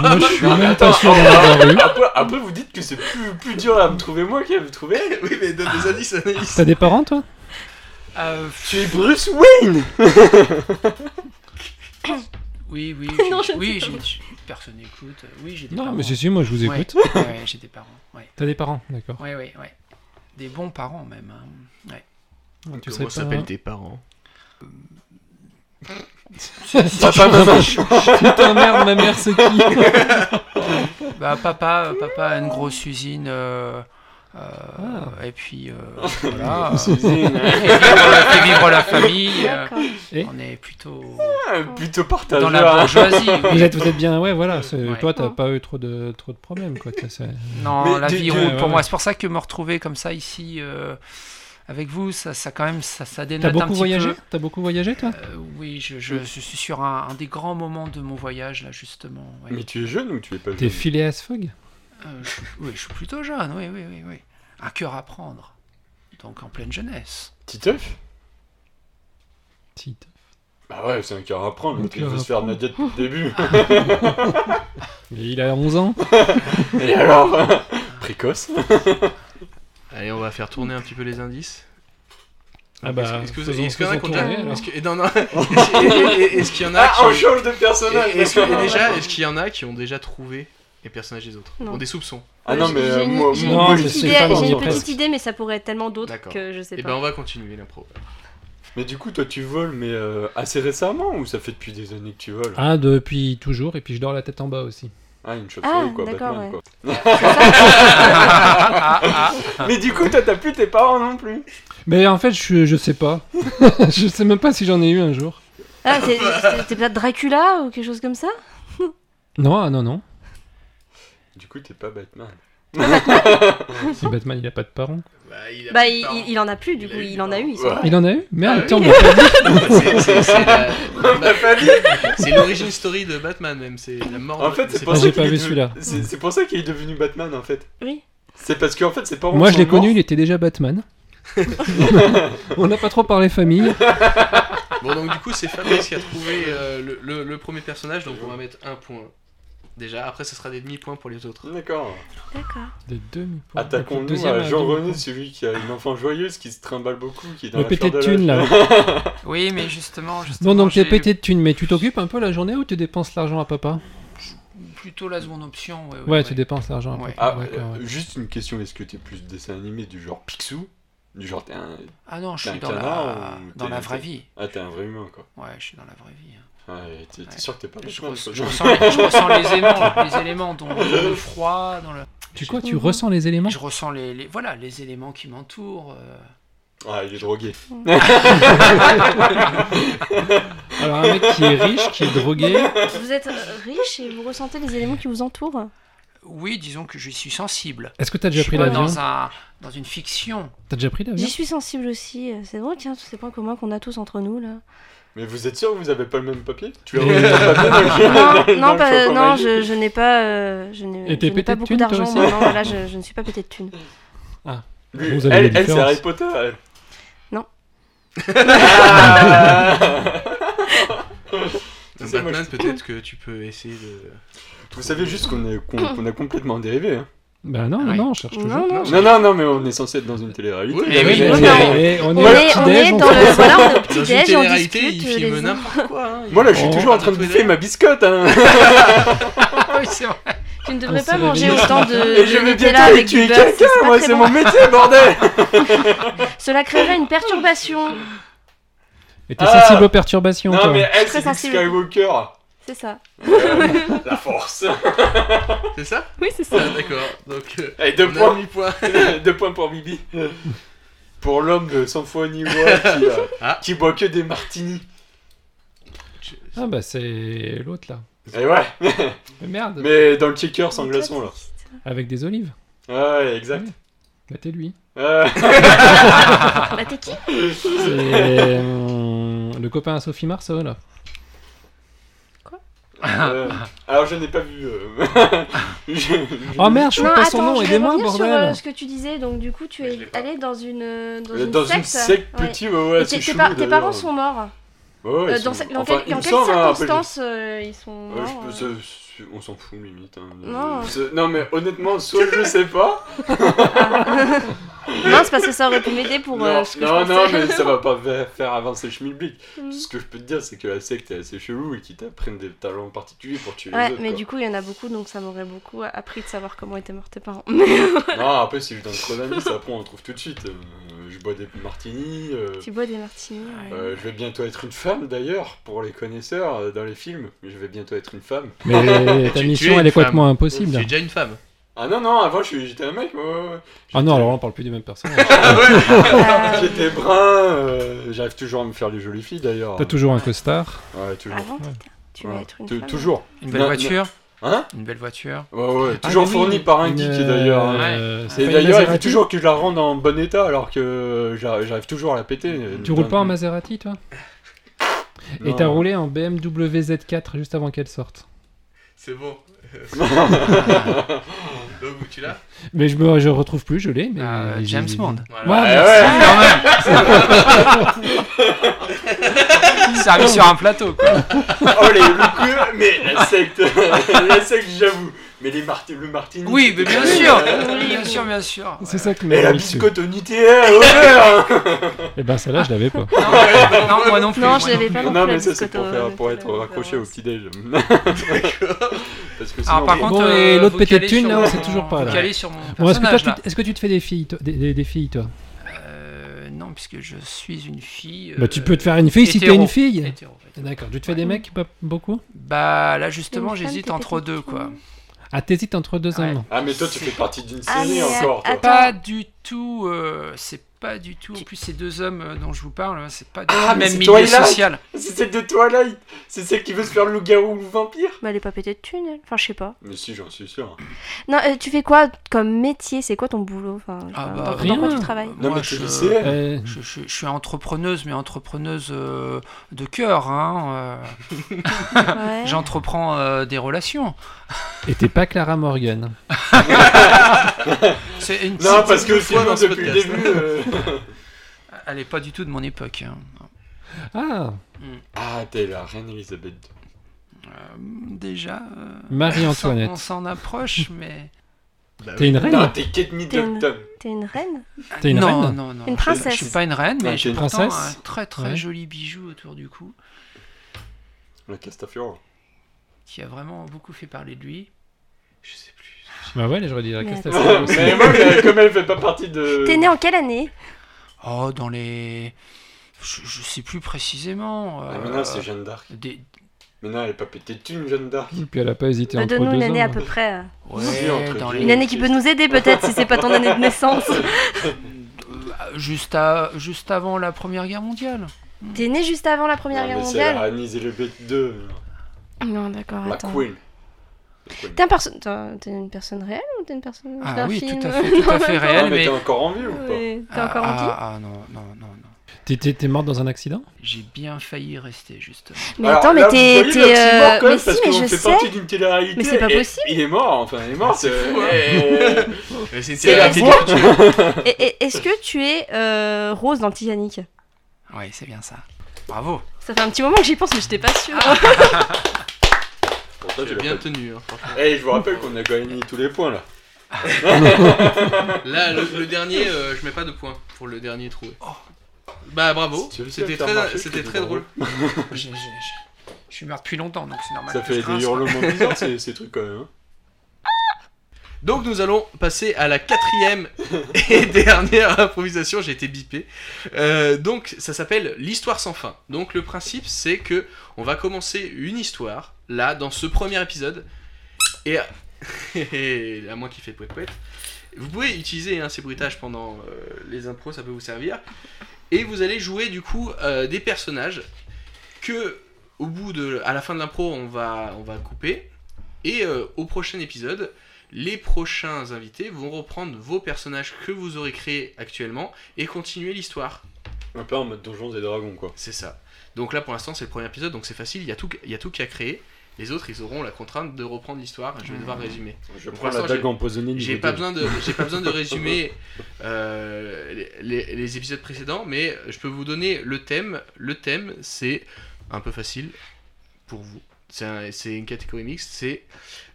[SPEAKER 7] Moi, je suis même pas
[SPEAKER 8] attends,
[SPEAKER 7] sûr d'en avoir eu.
[SPEAKER 8] après, après, vous dites que c'est plus, plus dur à me trouver moi qu'à me trouver. elle.
[SPEAKER 4] oui, mais donne des indices, Anaïs.
[SPEAKER 7] T'as des parents, toi
[SPEAKER 6] euh, pff,
[SPEAKER 8] Tu es Bruce Wayne
[SPEAKER 6] oui, oui,
[SPEAKER 10] Non, je
[SPEAKER 6] j'ai-
[SPEAKER 10] ne
[SPEAKER 6] oui,
[SPEAKER 10] sais pas.
[SPEAKER 6] j'ai- j'ai- personne n'écoute. euh, Oui, j'ai des
[SPEAKER 7] Non,
[SPEAKER 6] parents.
[SPEAKER 7] mais si, si, moi, je vous
[SPEAKER 6] Ouais,
[SPEAKER 7] écoute.
[SPEAKER 6] Ouais, ouais, j'ai des parents. Ouais,
[SPEAKER 7] T'as des parents, d'accord.
[SPEAKER 6] ouais, ouais, ouais. Des bons parents même. hein. Ouais.
[SPEAKER 7] Tu serais pas...
[SPEAKER 4] tes parents
[SPEAKER 8] Papa, maman
[SPEAKER 7] Putain, merde, ma mère, c'est qui
[SPEAKER 6] Bah papa, papa a une grosse usine. euh, euh,
[SPEAKER 7] Ah.
[SPEAKER 6] Et puis euh, voilà. euh,
[SPEAKER 8] Suzanne.
[SPEAKER 6] fait, vivre, fait vivre la famille. euh,
[SPEAKER 10] D'accord.
[SPEAKER 7] Et
[SPEAKER 6] on est plutôt
[SPEAKER 8] Ah, Plutôt partageur.
[SPEAKER 6] dans la bourgeoisie. oui.
[SPEAKER 7] hein. vous êtes, vous êtes bien, ouais, voilà. c'est-
[SPEAKER 6] Ouais.
[SPEAKER 7] Toi, t'as pas eu trop de, trop de problèmes, quoi. t'as- c'est-
[SPEAKER 6] Non,
[SPEAKER 8] Mais
[SPEAKER 6] la
[SPEAKER 8] tu-
[SPEAKER 6] vie
[SPEAKER 8] tu-
[SPEAKER 6] roule pour
[SPEAKER 7] ouais, ouais.
[SPEAKER 6] moi. C'est pour ça que me retrouver comme ça ici euh, avec vous, ça, ça quand même, ça, ça dénote
[SPEAKER 7] T'as
[SPEAKER 6] un
[SPEAKER 7] beaucoup
[SPEAKER 6] petit
[SPEAKER 7] voyagé
[SPEAKER 6] peu.
[SPEAKER 7] T'as beaucoup voyagé, toi
[SPEAKER 6] Euh, oui, je, je- je suis sur un, un des grands moments de mon voyage là justement. ouais.
[SPEAKER 8] Mais tu es jeune ou tu es pas
[SPEAKER 7] T'es
[SPEAKER 8] jeune
[SPEAKER 7] Phileas Fogg
[SPEAKER 6] Euh, je, suis- oui, je suis plutôt jeune. Oui, oui, oui, oui. Un cœur à prendre. Donc en pleine jeunesse.
[SPEAKER 8] Titeuf
[SPEAKER 7] Tite.
[SPEAKER 8] Bah ouais, c'est un cœur à prendre,
[SPEAKER 7] Un
[SPEAKER 8] donc il
[SPEAKER 7] cœur
[SPEAKER 8] faut
[SPEAKER 7] à
[SPEAKER 8] se faire
[SPEAKER 7] prendre.
[SPEAKER 8] nadia depuis le début.
[SPEAKER 7] Mais il a 11 ans
[SPEAKER 8] Et alors Précoce
[SPEAKER 4] Allez, on va faire tourner un petit peu les indices.
[SPEAKER 7] Ah bah,
[SPEAKER 4] Est-ce que vous-
[SPEAKER 7] faisons-
[SPEAKER 4] est-ce qu'il y en a
[SPEAKER 7] faisons
[SPEAKER 4] qui ont déjà-
[SPEAKER 7] tourner, alors.
[SPEAKER 4] est-ce que- non, non. Est-ce- et- et- Est-ce qu'il y en a
[SPEAKER 8] Ah, on
[SPEAKER 4] qui ont-
[SPEAKER 8] change de personnage
[SPEAKER 4] et- Est-ce que- et
[SPEAKER 8] d'accord.
[SPEAKER 4] déjà- est-ce qu'il y en a qui ont déjà trouvé les personnages des autres
[SPEAKER 10] Non.
[SPEAKER 4] Ont des soupçons
[SPEAKER 8] Ah non,
[SPEAKER 10] J'ai-
[SPEAKER 8] mais
[SPEAKER 10] j'ai
[SPEAKER 8] euh,
[SPEAKER 10] une-
[SPEAKER 8] moi,
[SPEAKER 10] j'ai
[SPEAKER 7] moi,
[SPEAKER 10] une
[SPEAKER 7] je
[SPEAKER 10] petite,
[SPEAKER 7] sais
[SPEAKER 10] idée,
[SPEAKER 7] pas,
[SPEAKER 10] j'ai
[SPEAKER 7] on
[SPEAKER 10] une
[SPEAKER 7] dirait
[SPEAKER 10] petite
[SPEAKER 7] presque.
[SPEAKER 10] idée, mais ça pourrait être tellement d'autres
[SPEAKER 4] D'accord.
[SPEAKER 10] que je sais
[SPEAKER 4] Eh
[SPEAKER 10] pas.
[SPEAKER 4] ben, on va continuer l'impro.
[SPEAKER 8] Mais du coup, toi, tu voles, mais euh, assez récemment ou ça fait depuis des années que tu voles
[SPEAKER 7] Ah, depuis toujours, et puis je dors la tête en bas aussi.
[SPEAKER 8] Ah, une chauve
[SPEAKER 10] Ah,
[SPEAKER 8] quoi,
[SPEAKER 10] d'accord,
[SPEAKER 8] Batman,
[SPEAKER 10] ouais.
[SPEAKER 8] quoi.
[SPEAKER 6] Ah, ah,
[SPEAKER 8] Mais du coup, toi, t'as plus tes parents non plus.
[SPEAKER 7] Mais en fait, je, je sais pas. je sais même pas si j'en ai eu un jour.
[SPEAKER 10] Ah, t'es t'es- t'es peut-être Dracula ou quelque chose comme ça
[SPEAKER 7] Non, ah non, non.
[SPEAKER 8] Du coup, t'es pas Batman.
[SPEAKER 7] Si Batman, il a pas de parents.
[SPEAKER 10] Bah, il, il- il en a plus, du coup, il en a eu. ils sont
[SPEAKER 8] Ouais.
[SPEAKER 10] morts.
[SPEAKER 7] Il en a eu Merde,
[SPEAKER 4] Ah
[SPEAKER 7] tiens, on l'a pas dit.
[SPEAKER 4] C'est l'origin story de Batman, même. C'est la mort
[SPEAKER 8] En
[SPEAKER 4] de-
[SPEAKER 8] fait, c'est
[SPEAKER 7] Ah,
[SPEAKER 8] pour
[SPEAKER 7] j'ai
[SPEAKER 8] ça
[SPEAKER 7] pas
[SPEAKER 8] qu'il
[SPEAKER 7] vu
[SPEAKER 8] est
[SPEAKER 7] celui-là.
[SPEAKER 8] devenu- C'est c'est pour ça qu'il est devenu Batman en fait.
[SPEAKER 10] Oui.
[SPEAKER 8] C'est parce qu'en fait, ses parents.
[SPEAKER 7] Moi, je
[SPEAKER 8] sont
[SPEAKER 7] l'ai connu,
[SPEAKER 8] morts.
[SPEAKER 7] il était déjà Batman. On n'a pas trop parlé famille.
[SPEAKER 4] Bon, donc du coup, c'est Fabrice qui a trouvé euh, le, le- le premier personnage, donc on va mettre un point. Déjà, après, ce sera des demi-points pour les autres.
[SPEAKER 8] D'accord.
[SPEAKER 10] D'accord.
[SPEAKER 7] Des demi-points.
[SPEAKER 8] Attaquons-nous euh,
[SPEAKER 7] Deuxième
[SPEAKER 8] à
[SPEAKER 7] à
[SPEAKER 8] Jean-René,
[SPEAKER 7] demi-point.
[SPEAKER 8] celui qui a une enfant joyeuse qui se trimballe beaucoup, qui est dans
[SPEAKER 7] Le
[SPEAKER 8] la
[SPEAKER 7] pété
[SPEAKER 8] fleur
[SPEAKER 7] de
[SPEAKER 8] l'âge.
[SPEAKER 7] thunes, là.
[SPEAKER 6] Oui, mais justement, justement.
[SPEAKER 7] Bon, donc t'es
[SPEAKER 6] j'ai
[SPEAKER 7] pété de thunes, mais tu t'occupes un peu la journée ou tu dépenses l'argent à papa
[SPEAKER 6] Plutôt la seconde option. Ouais, ouais,
[SPEAKER 7] Ouais,
[SPEAKER 6] ouais.
[SPEAKER 7] tu dépenses l'argent à
[SPEAKER 6] Ouais.
[SPEAKER 7] papa.
[SPEAKER 8] Ah,
[SPEAKER 7] d'accord,
[SPEAKER 8] euh,
[SPEAKER 7] ouais.
[SPEAKER 8] juste une question, est-ce que t'es plus dessin animé du genre Picsou Du genre t'es un,
[SPEAKER 6] Ah non, je
[SPEAKER 8] T'es
[SPEAKER 6] suis
[SPEAKER 8] un
[SPEAKER 6] dans la,
[SPEAKER 8] canard ou
[SPEAKER 6] dans
[SPEAKER 8] Bah, t'es-
[SPEAKER 6] la vraie
[SPEAKER 8] t'es-
[SPEAKER 6] vie.
[SPEAKER 8] ah, t'es un vrai humain quoi.
[SPEAKER 6] Ouais, je suis dans la vraie vie. hein.
[SPEAKER 8] Ouais, t'es t'es
[SPEAKER 6] Ouais.
[SPEAKER 8] sûr que t'es pas
[SPEAKER 6] Je,
[SPEAKER 8] bêtement,
[SPEAKER 6] res-
[SPEAKER 8] quoi.
[SPEAKER 6] je ressens, les, je ressens les éléments, les éléments dont le froid, dans le.
[SPEAKER 7] Tu quoi Tu ressens les éléments
[SPEAKER 6] Je ressens les, les- voilà, les éléments qui m'entourent. euh.
[SPEAKER 8] Ah, il est drogué.
[SPEAKER 7] Alors, un mec qui est riche, qui est drogué.
[SPEAKER 10] Vous êtes euh, riche et vous ressentez les éléments qui vous entourent.
[SPEAKER 6] Oui, disons que je suis sensible.
[SPEAKER 7] Est-ce que t'as déjà
[SPEAKER 6] je suis
[SPEAKER 7] pris
[SPEAKER 6] pas
[SPEAKER 7] l'avion
[SPEAKER 6] dans, un, dans une fiction.
[SPEAKER 7] T'as déjà pris l'avion
[SPEAKER 10] J'y suis sensible aussi. euh, C'est drôle, tiens, tous ces points communs qu'on a tous entre nous là.
[SPEAKER 8] Mais vous êtes sûr que vous avez pas le même papier Tu
[SPEAKER 7] Et-
[SPEAKER 8] l'as remis dans le papier dans le-
[SPEAKER 10] non,
[SPEAKER 8] dans le
[SPEAKER 10] non, bah,
[SPEAKER 8] chocolat
[SPEAKER 10] non,
[SPEAKER 8] magique.
[SPEAKER 10] je, je n'ai pas, euh, je
[SPEAKER 7] Et
[SPEAKER 10] n'ai
[SPEAKER 7] t'es
[SPEAKER 10] je n'ai
[SPEAKER 7] pété
[SPEAKER 10] pas
[SPEAKER 7] de
[SPEAKER 10] beaucoup
[SPEAKER 7] thunes, toi
[SPEAKER 10] d'argent.
[SPEAKER 7] aussi
[SPEAKER 10] Non, non, voilà, je, je ne suis pas pété de thunes.
[SPEAKER 8] Lui,
[SPEAKER 7] Vous avez des
[SPEAKER 8] elle, elle, c'est
[SPEAKER 7] différences.
[SPEAKER 8] Harry Potter. elle.
[SPEAKER 10] Non.
[SPEAKER 8] Ah
[SPEAKER 4] Donc,
[SPEAKER 8] C'est
[SPEAKER 4] Batman,
[SPEAKER 8] moche.
[SPEAKER 4] peut-être que tu peux essayer de.
[SPEAKER 8] Vous savez juste qu'on est- qu'on- qu'on a complètement dérivé. hein.
[SPEAKER 7] Bah non, non,
[SPEAKER 6] Ouais.
[SPEAKER 7] non, on cherche toujours.
[SPEAKER 10] Non, non.
[SPEAKER 8] Non, non, non, mais on est censé être dans une télé-réalité.
[SPEAKER 4] Oui,
[SPEAKER 6] Eh oui,
[SPEAKER 7] Mais-
[SPEAKER 6] oui,
[SPEAKER 7] mais on
[SPEAKER 10] On est, on est
[SPEAKER 7] petit-déj, on
[SPEAKER 10] dans le,
[SPEAKER 7] fait-
[SPEAKER 10] voilà, on est au
[SPEAKER 4] Dans
[SPEAKER 10] petit
[SPEAKER 4] une
[SPEAKER 10] déj et on
[SPEAKER 4] télé-réalité,
[SPEAKER 10] discute
[SPEAKER 4] il
[SPEAKER 10] euh,
[SPEAKER 4] filme
[SPEAKER 10] les uns.
[SPEAKER 4] n'importe quoi. hein. Il-
[SPEAKER 8] Moi, là, je suis
[SPEAKER 7] Oh.
[SPEAKER 8] toujours en train de bouffer ma biscotte. Hein.
[SPEAKER 6] Ah oui, c'est vrai.
[SPEAKER 10] Tu ne
[SPEAKER 7] On
[SPEAKER 10] devrais
[SPEAKER 7] s'est
[SPEAKER 10] pas manger
[SPEAKER 7] réveillé.
[SPEAKER 10] autant de,
[SPEAKER 8] Et je
[SPEAKER 10] de
[SPEAKER 8] vais
[SPEAKER 10] Nutella
[SPEAKER 8] bientôt
[SPEAKER 10] avec
[SPEAKER 8] tuer
[SPEAKER 10] du beurre, c'est
[SPEAKER 8] quelqu'un,
[SPEAKER 10] pas
[SPEAKER 8] moi,
[SPEAKER 10] très
[SPEAKER 8] c'est
[SPEAKER 10] bon.
[SPEAKER 8] mon métier, bordel
[SPEAKER 10] Cela créerait une perturbation.
[SPEAKER 7] Et t'es
[SPEAKER 8] Ah.
[SPEAKER 7] sensible aux perturbations,
[SPEAKER 8] Non,
[SPEAKER 7] toi.
[SPEAKER 8] mais elle, c'est
[SPEAKER 10] Très
[SPEAKER 8] Luke
[SPEAKER 10] sensible.
[SPEAKER 8] Skywalker.
[SPEAKER 10] C'est ça.
[SPEAKER 8] Euh, La force.
[SPEAKER 4] C'est ça
[SPEAKER 10] Oui, c'est ça.
[SPEAKER 4] Ah, D'accord. Donc, euh,
[SPEAKER 8] Allez, deux
[SPEAKER 4] on a
[SPEAKER 8] points.
[SPEAKER 4] demi-point.
[SPEAKER 8] Deux points pour Bibi. Pour l'homme de sans foi ni loi qui, euh,
[SPEAKER 4] Ah.
[SPEAKER 8] qui boit que des martinis.
[SPEAKER 7] Ah bah c'est l'autre là.
[SPEAKER 8] Et Eh ouais,
[SPEAKER 7] Mais merde.
[SPEAKER 8] mais dans le checker sans glaçon là. Ah
[SPEAKER 7] Avec des olives.
[SPEAKER 8] Ouais, exact. Ah
[SPEAKER 7] Bah t'es lui.
[SPEAKER 8] Ouais.
[SPEAKER 10] Bah t'es qui
[SPEAKER 7] C'est euh, le copain à Sophie Marceau là. Ah.
[SPEAKER 8] Euh, alors je n'ai pas vu. euh, je- je-
[SPEAKER 7] Oh merde, je trouve
[SPEAKER 10] Non,
[SPEAKER 7] pas
[SPEAKER 10] attends,
[SPEAKER 7] son nom,
[SPEAKER 10] je vais
[SPEAKER 7] aidez-moi
[SPEAKER 10] revenir sur euh,
[SPEAKER 7] bordel.
[SPEAKER 10] ce que tu disais. Donc du coup, tu
[SPEAKER 2] Mais je l'ai
[SPEAKER 10] es
[SPEAKER 2] pas.
[SPEAKER 10] allé dans une euh, dans
[SPEAKER 8] Euh,
[SPEAKER 10] une
[SPEAKER 8] Dans
[SPEAKER 10] secte.
[SPEAKER 8] une secte
[SPEAKER 10] ouais.
[SPEAKER 8] petit, ouais, ouais,
[SPEAKER 10] Et tes-
[SPEAKER 8] c'est
[SPEAKER 10] tes
[SPEAKER 8] chelou,
[SPEAKER 10] par- tes
[SPEAKER 8] d'ailleurs.
[SPEAKER 10] parents sont morts.
[SPEAKER 8] Ouais, ouais,
[SPEAKER 10] Euh,
[SPEAKER 8] ils
[SPEAKER 10] dans
[SPEAKER 8] sont-
[SPEAKER 10] ce- dans
[SPEAKER 8] enfin,
[SPEAKER 10] quel-
[SPEAKER 8] il
[SPEAKER 10] dans
[SPEAKER 8] me
[SPEAKER 10] quelles
[SPEAKER 8] semble, hein, après,
[SPEAKER 10] circonstances euh, ils sont
[SPEAKER 8] je- euh, je
[SPEAKER 10] morts
[SPEAKER 8] peux-
[SPEAKER 10] euh,
[SPEAKER 8] c'est- c'est- On s'en fout limite. hein.
[SPEAKER 10] Non.
[SPEAKER 8] C'est- non mais honnêtement, soit je sais pas.
[SPEAKER 10] Non, c'est parce que ça aurait pu m'aider pour euh,
[SPEAKER 8] non,
[SPEAKER 10] ce que
[SPEAKER 8] non,
[SPEAKER 10] je
[SPEAKER 8] non,
[SPEAKER 10] pensais.
[SPEAKER 8] mais ça va pas fa- faire avancer le schmilblick.
[SPEAKER 10] Mm.
[SPEAKER 8] Tout ce que je peux te dire, c'est que la secte est assez chelou et qu'ils t'apprennent des talents particuliers pour tuer les
[SPEAKER 10] Ouais,
[SPEAKER 8] autres.
[SPEAKER 10] mais
[SPEAKER 8] quoi.
[SPEAKER 10] du coup, il y en a beaucoup, donc ça m'aurait beaucoup appris de savoir comment étaient morts tes parents. Mais
[SPEAKER 8] Non, après, si je donne trop d'amis, ça après on trouve tout de suite. Euh, je bois des martinis. euh,
[SPEAKER 10] tu bois des martinis. ouais.
[SPEAKER 8] euh, je vais bientôt être une femme d'ailleurs, pour les connaisseurs euh, dans les films. Je vais bientôt être une femme.
[SPEAKER 7] Mais
[SPEAKER 4] Tu-
[SPEAKER 7] ta
[SPEAKER 4] tu
[SPEAKER 7] mission
[SPEAKER 4] es
[SPEAKER 7] elle
[SPEAKER 4] une
[SPEAKER 7] est complètement
[SPEAKER 4] Tu es
[SPEAKER 7] impossible.
[SPEAKER 4] déjà une femme.
[SPEAKER 8] Ah non, non, avant je suis- j'étais un mec, ouais, ouais, ouais.
[SPEAKER 7] Ah non, alors là on parle plus du même personnage.
[SPEAKER 10] Euh,
[SPEAKER 8] J'étais brun, euh, j'arrive toujours à me faire les jolies filles d'ailleurs.
[SPEAKER 7] T'as toujours un costard.
[SPEAKER 8] Ouais, toujours.
[SPEAKER 10] Avant, t'étais- tu vas
[SPEAKER 8] Ouais.
[SPEAKER 10] être Ah, une
[SPEAKER 8] Tu-
[SPEAKER 10] femme.
[SPEAKER 8] Toujours.
[SPEAKER 6] Une belle
[SPEAKER 8] Non,
[SPEAKER 6] voiture.
[SPEAKER 8] Hein
[SPEAKER 6] Une belle voiture.
[SPEAKER 8] Ouais, ouais,
[SPEAKER 7] Ah,
[SPEAKER 8] toujours
[SPEAKER 7] mais oui,
[SPEAKER 8] fourni par un
[SPEAKER 7] une,
[SPEAKER 8] geek d'ailleurs. hein.
[SPEAKER 7] euh, c'est
[SPEAKER 8] Et
[SPEAKER 7] pas une
[SPEAKER 8] d'ailleurs, il faut
[SPEAKER 7] Maserati
[SPEAKER 8] toujours que je la rende en bon état alors que j'a- j'arrive toujours à la péter. euh,
[SPEAKER 7] Tu roules pas en Maserati toi Et
[SPEAKER 8] Non.
[SPEAKER 7] t'as roulé en BMW Z4 juste avant qu'elle sorte.
[SPEAKER 4] C'est bon. Donc, tu l'as
[SPEAKER 7] Mais je me je retrouve plus, je l'ai. Mais
[SPEAKER 6] Euh,
[SPEAKER 7] j'ai-
[SPEAKER 6] James Bond.
[SPEAKER 7] Ouais,
[SPEAKER 4] Voilà.
[SPEAKER 8] Ouais,
[SPEAKER 7] merci.
[SPEAKER 8] Ah,
[SPEAKER 7] Ah,
[SPEAKER 8] ouais.
[SPEAKER 6] Quand même. Ça arrive sur un plateau. Quoi.
[SPEAKER 8] Oh les loups, mais la secte, la secte, j'avoue. Mais les marti- le martini.
[SPEAKER 6] Oui, mais bien sûr. Bien sûr, bien sûr.
[SPEAKER 7] Ah C'est ça que
[SPEAKER 8] Mais la
[SPEAKER 7] m'a mis dessus.
[SPEAKER 8] biscotte au Nutella, au hein. beurre.
[SPEAKER 7] Eh ben celle-là, je l'avais pas.
[SPEAKER 6] Non, non, moi non plus.
[SPEAKER 10] Non,
[SPEAKER 6] moi
[SPEAKER 10] je l'avais pas non
[SPEAKER 8] Non,
[SPEAKER 10] plus, la
[SPEAKER 8] mais ça c'est
[SPEAKER 10] biscotte
[SPEAKER 8] pour,
[SPEAKER 10] au-
[SPEAKER 5] euh,
[SPEAKER 8] faire, pour
[SPEAKER 10] au-
[SPEAKER 8] être
[SPEAKER 10] au-
[SPEAKER 8] raccroché au petit déj. Parce que sinon,
[SPEAKER 6] Alors, par
[SPEAKER 8] mais-
[SPEAKER 6] contre,
[SPEAKER 7] Bon, et
[SPEAKER 6] euh,
[SPEAKER 7] l'autre
[SPEAKER 6] faut
[SPEAKER 7] pété de
[SPEAKER 6] caler
[SPEAKER 7] thune,
[SPEAKER 6] sur
[SPEAKER 7] là, on
[SPEAKER 6] mon-
[SPEAKER 7] sait toujours pas,
[SPEAKER 6] faut
[SPEAKER 7] là.
[SPEAKER 6] caler sur mon
[SPEAKER 7] Bon, est-ce que, toi,
[SPEAKER 6] personnage,
[SPEAKER 7] tu,
[SPEAKER 6] là.
[SPEAKER 7] est-ce que tu te fais des filles, toi, des, des- des filles, toi
[SPEAKER 6] Euh, non, puisque je suis une fille.
[SPEAKER 7] Bah, tu
[SPEAKER 6] euh,
[SPEAKER 7] peux te faire une fille si t'es
[SPEAKER 6] hétéro.
[SPEAKER 7] une fille.
[SPEAKER 6] hétéro, en fait.
[SPEAKER 7] D'accord. Tu te fais des mecs, pas beaucoup
[SPEAKER 6] Bah là
[SPEAKER 10] Mais
[SPEAKER 6] justement
[SPEAKER 10] une femme
[SPEAKER 6] j'hésite
[SPEAKER 10] qui a
[SPEAKER 6] entre
[SPEAKER 10] pété de
[SPEAKER 6] deux
[SPEAKER 10] thune.
[SPEAKER 6] quoi.
[SPEAKER 7] Ah, t'hésites entre deux
[SPEAKER 6] Ouais.
[SPEAKER 7] hommes.
[SPEAKER 8] Ah, mais toi, tu fais partie d'une
[SPEAKER 10] Ah,
[SPEAKER 8] série
[SPEAKER 10] mais, euh,
[SPEAKER 8] encore. toi.
[SPEAKER 10] attends.
[SPEAKER 6] Pas du tout, euh, c'est pas du tout. En plus ces deux hommes euh, dont je vous parle, c'est pas du tout le
[SPEAKER 8] Ah, mais
[SPEAKER 6] même
[SPEAKER 8] c'est
[SPEAKER 6] milieu
[SPEAKER 8] Twilight.
[SPEAKER 6] social.
[SPEAKER 8] C'est celle de Twilight C'est celle qui veut se faire loup-garou ou vampire
[SPEAKER 10] Mais
[SPEAKER 5] Bah,
[SPEAKER 10] elle est pas pétée de thunes, elle. Enfin, je sais pas.
[SPEAKER 8] Mais si, j'en suis sûr.
[SPEAKER 10] Non, euh, tu fais quoi comme métier C'est quoi ton boulot enfin, je sais
[SPEAKER 6] Ah,
[SPEAKER 10] pas,
[SPEAKER 6] bah,
[SPEAKER 10] dans- dans,
[SPEAKER 7] rien.
[SPEAKER 10] quoi tu travailles
[SPEAKER 8] Non,
[SPEAKER 6] Moi,
[SPEAKER 8] mais t'es
[SPEAKER 6] je-
[SPEAKER 8] lycéen.
[SPEAKER 7] Euh,
[SPEAKER 6] Je, je- je suis entrepreneuse, mais entrepreneuse euh, de cœur. Hein, euh,
[SPEAKER 10] Ouais.
[SPEAKER 6] J'entreprends euh, des relations.
[SPEAKER 7] et t'es pas Clara Morgan.
[SPEAKER 6] C'est une
[SPEAKER 8] Non, parce
[SPEAKER 4] deux
[SPEAKER 8] que
[SPEAKER 4] fois
[SPEAKER 8] sinon,
[SPEAKER 4] dans ce
[SPEAKER 8] depuis le
[SPEAKER 4] podcast.
[SPEAKER 8] début. euh,
[SPEAKER 6] Elle est pas du tout de mon époque. hein.
[SPEAKER 7] Ah,
[SPEAKER 8] Ah, t'es la reine Elisabeth II.
[SPEAKER 6] Euh, déjà. euh, On
[SPEAKER 7] Marie-Antoinette.
[SPEAKER 6] s'en approche, mais.
[SPEAKER 7] T'es une
[SPEAKER 8] Non,
[SPEAKER 7] reine
[SPEAKER 8] t'es Kate Middleton.
[SPEAKER 5] T'es une reine
[SPEAKER 7] T'es une
[SPEAKER 6] non,
[SPEAKER 7] reine Ah,
[SPEAKER 6] non, non.
[SPEAKER 5] Une
[SPEAKER 6] je-
[SPEAKER 5] princesse.
[SPEAKER 6] Je, suis pas une reine, mais
[SPEAKER 8] Ouais,
[SPEAKER 6] j'ai
[SPEAKER 8] t'es
[SPEAKER 7] une
[SPEAKER 6] pourtant un
[SPEAKER 7] princesse.
[SPEAKER 6] très très
[SPEAKER 7] Ouais.
[SPEAKER 6] joli bijou autour du cou
[SPEAKER 8] La Castafiore.
[SPEAKER 6] qui a vraiment beaucoup fait parler de lui.
[SPEAKER 8] Je sais plus.
[SPEAKER 7] Bah ouais, j'aurais dit la
[SPEAKER 5] Mais
[SPEAKER 7] Castafiore aussi.
[SPEAKER 8] mais moi, mais comme elle fait pas partie de.
[SPEAKER 5] T'es née en quelle année
[SPEAKER 6] Oh, dans les. Je, je sais plus précisément.
[SPEAKER 8] Ah,
[SPEAKER 6] euh,
[SPEAKER 8] mais non, c'est Jeanne d'Arc.
[SPEAKER 6] des-
[SPEAKER 8] Mais non, elle est pas pétée de thunes, Jeanne d'Arc.
[SPEAKER 7] Et puis elle a pas hésité
[SPEAKER 5] Bah,
[SPEAKER 7] entre
[SPEAKER 5] Donne-nous une
[SPEAKER 7] deux
[SPEAKER 5] année à
[SPEAKER 7] hommes.
[SPEAKER 5] peu près. euh.
[SPEAKER 8] Oui,
[SPEAKER 6] Ouais,
[SPEAKER 8] entre
[SPEAKER 6] dans
[SPEAKER 8] guillemets.
[SPEAKER 5] Une
[SPEAKER 6] les.
[SPEAKER 5] année qui peut nous aider peut-être si c'est pas ton année de naissance.
[SPEAKER 6] ah, Juste, à... juste avant la Première Guerre mondiale.
[SPEAKER 5] T'es née juste avant la Première
[SPEAKER 8] Non,
[SPEAKER 5] Guerre
[SPEAKER 8] mais C'est la
[SPEAKER 5] mondiale
[SPEAKER 8] Annie Elisabeth II.
[SPEAKER 5] Non, d'accord,
[SPEAKER 8] La
[SPEAKER 5] attends.
[SPEAKER 8] Queen.
[SPEAKER 5] T'es un perso- t'es- t'es une personne réelle ou t'es une personne
[SPEAKER 6] Ah
[SPEAKER 5] d'un
[SPEAKER 6] oui,
[SPEAKER 5] film
[SPEAKER 6] tout à fait, tout à fait
[SPEAKER 8] Ah,
[SPEAKER 6] réel,
[SPEAKER 8] mais
[SPEAKER 6] mais.
[SPEAKER 8] t'es encore en vie ou pas
[SPEAKER 5] Oui, T'es encore
[SPEAKER 6] ah,
[SPEAKER 5] en vie
[SPEAKER 6] ah, ah, non, non, non, non.
[SPEAKER 7] T'es- T'es t'es morte dans un accident
[SPEAKER 6] J'ai bien failli rester, justement.
[SPEAKER 5] Mais
[SPEAKER 8] Alors,
[SPEAKER 5] attends, mais
[SPEAKER 8] là,
[SPEAKER 5] t'es.
[SPEAKER 8] vous voyez
[SPEAKER 5] t'es,
[SPEAKER 8] le petit
[SPEAKER 5] euh,
[SPEAKER 8] mort, quand même,
[SPEAKER 5] Mais si,
[SPEAKER 8] parce
[SPEAKER 5] mais
[SPEAKER 8] qu'on
[SPEAKER 5] je
[SPEAKER 8] fait
[SPEAKER 5] sais.
[SPEAKER 8] partie d'une télé-réalité.
[SPEAKER 5] Mais c'est pas
[SPEAKER 8] et-
[SPEAKER 5] possible.
[SPEAKER 8] Il est mort, enfin, il est mort. C'est Eh,
[SPEAKER 4] fou, hein.
[SPEAKER 8] et-
[SPEAKER 4] Mais c'est une
[SPEAKER 8] C'est la
[SPEAKER 4] série.
[SPEAKER 8] voix.
[SPEAKER 5] Et- et- Est-ce que tu es euh, Rose dans Titanic
[SPEAKER 6] Ouais, c'est bien ça. Bravo.
[SPEAKER 5] Ça fait un petit moment que j'y pense, mais j'étais pas sûre.
[SPEAKER 8] Pour toi, tu
[SPEAKER 4] J'ai
[SPEAKER 8] l'as
[SPEAKER 4] bien
[SPEAKER 8] pas-
[SPEAKER 4] tenu, hein, franchement.
[SPEAKER 8] Eh, je vous rappelle qu'on a gagné tous les points là.
[SPEAKER 4] Là, le, le dernier, euh, je mets pas de points pour le dernier trouvé. Bah bravo,
[SPEAKER 8] Oh. Si tu le sais,
[SPEAKER 4] c'était
[SPEAKER 8] faire marcher,
[SPEAKER 4] très,
[SPEAKER 8] c'est
[SPEAKER 4] c'était très
[SPEAKER 8] drôle.
[SPEAKER 4] drôle.
[SPEAKER 6] J'ai- j'ai- j'ai- Je suis mort depuis longtemps, donc c'est normal.
[SPEAKER 8] Bah, Ça
[SPEAKER 6] que
[SPEAKER 8] fait
[SPEAKER 6] je
[SPEAKER 8] des
[SPEAKER 6] grince.
[SPEAKER 8] hurlements bizarres ces, ces trucs quand même. hein.
[SPEAKER 4] Donc nous allons passer à la quatrième et dernière improvisation. J'ai été bipé. Euh, donc ça s'appelle l'histoire sans fin. Donc le principe c'est que on va commencer une histoire là dans ce premier épisode et à, et à moins qu'il fait pouet pouet. Vous pouvez utiliser hein, ces bruitages pendant euh, les impros, ça peut vous servir. Et vous allez jouer du coup euh, des personnages que au bout de à la fin de l'impro on va on va couper et euh, au prochain épisode les prochains invités vont reprendre vos personnages que vous aurez créés actuellement et continuer l'histoire.
[SPEAKER 8] Un peu en mode Donjons et Dragons quoi.
[SPEAKER 4] C'est ça. Donc là pour l'instant c'est le premier épisode donc c'est facile, il y, a tout, il y a tout qui a créé. Les autres ils auront la contrainte de reprendre l'histoire, je vais devoir résumer.
[SPEAKER 8] Je
[SPEAKER 4] Pour
[SPEAKER 8] prends la
[SPEAKER 4] l'instant,
[SPEAKER 8] dague
[SPEAKER 4] j'ai-
[SPEAKER 8] empoisonnée niveau
[SPEAKER 4] J'ai pas,
[SPEAKER 8] deux.
[SPEAKER 4] besoin de, j'ai pas besoin de résumer euh, les, les- les épisodes précédents mais je peux vous donner le thème. Le thème c'est un peu facile pour vous. C'est, un- c'est une catégorie mixte, c'est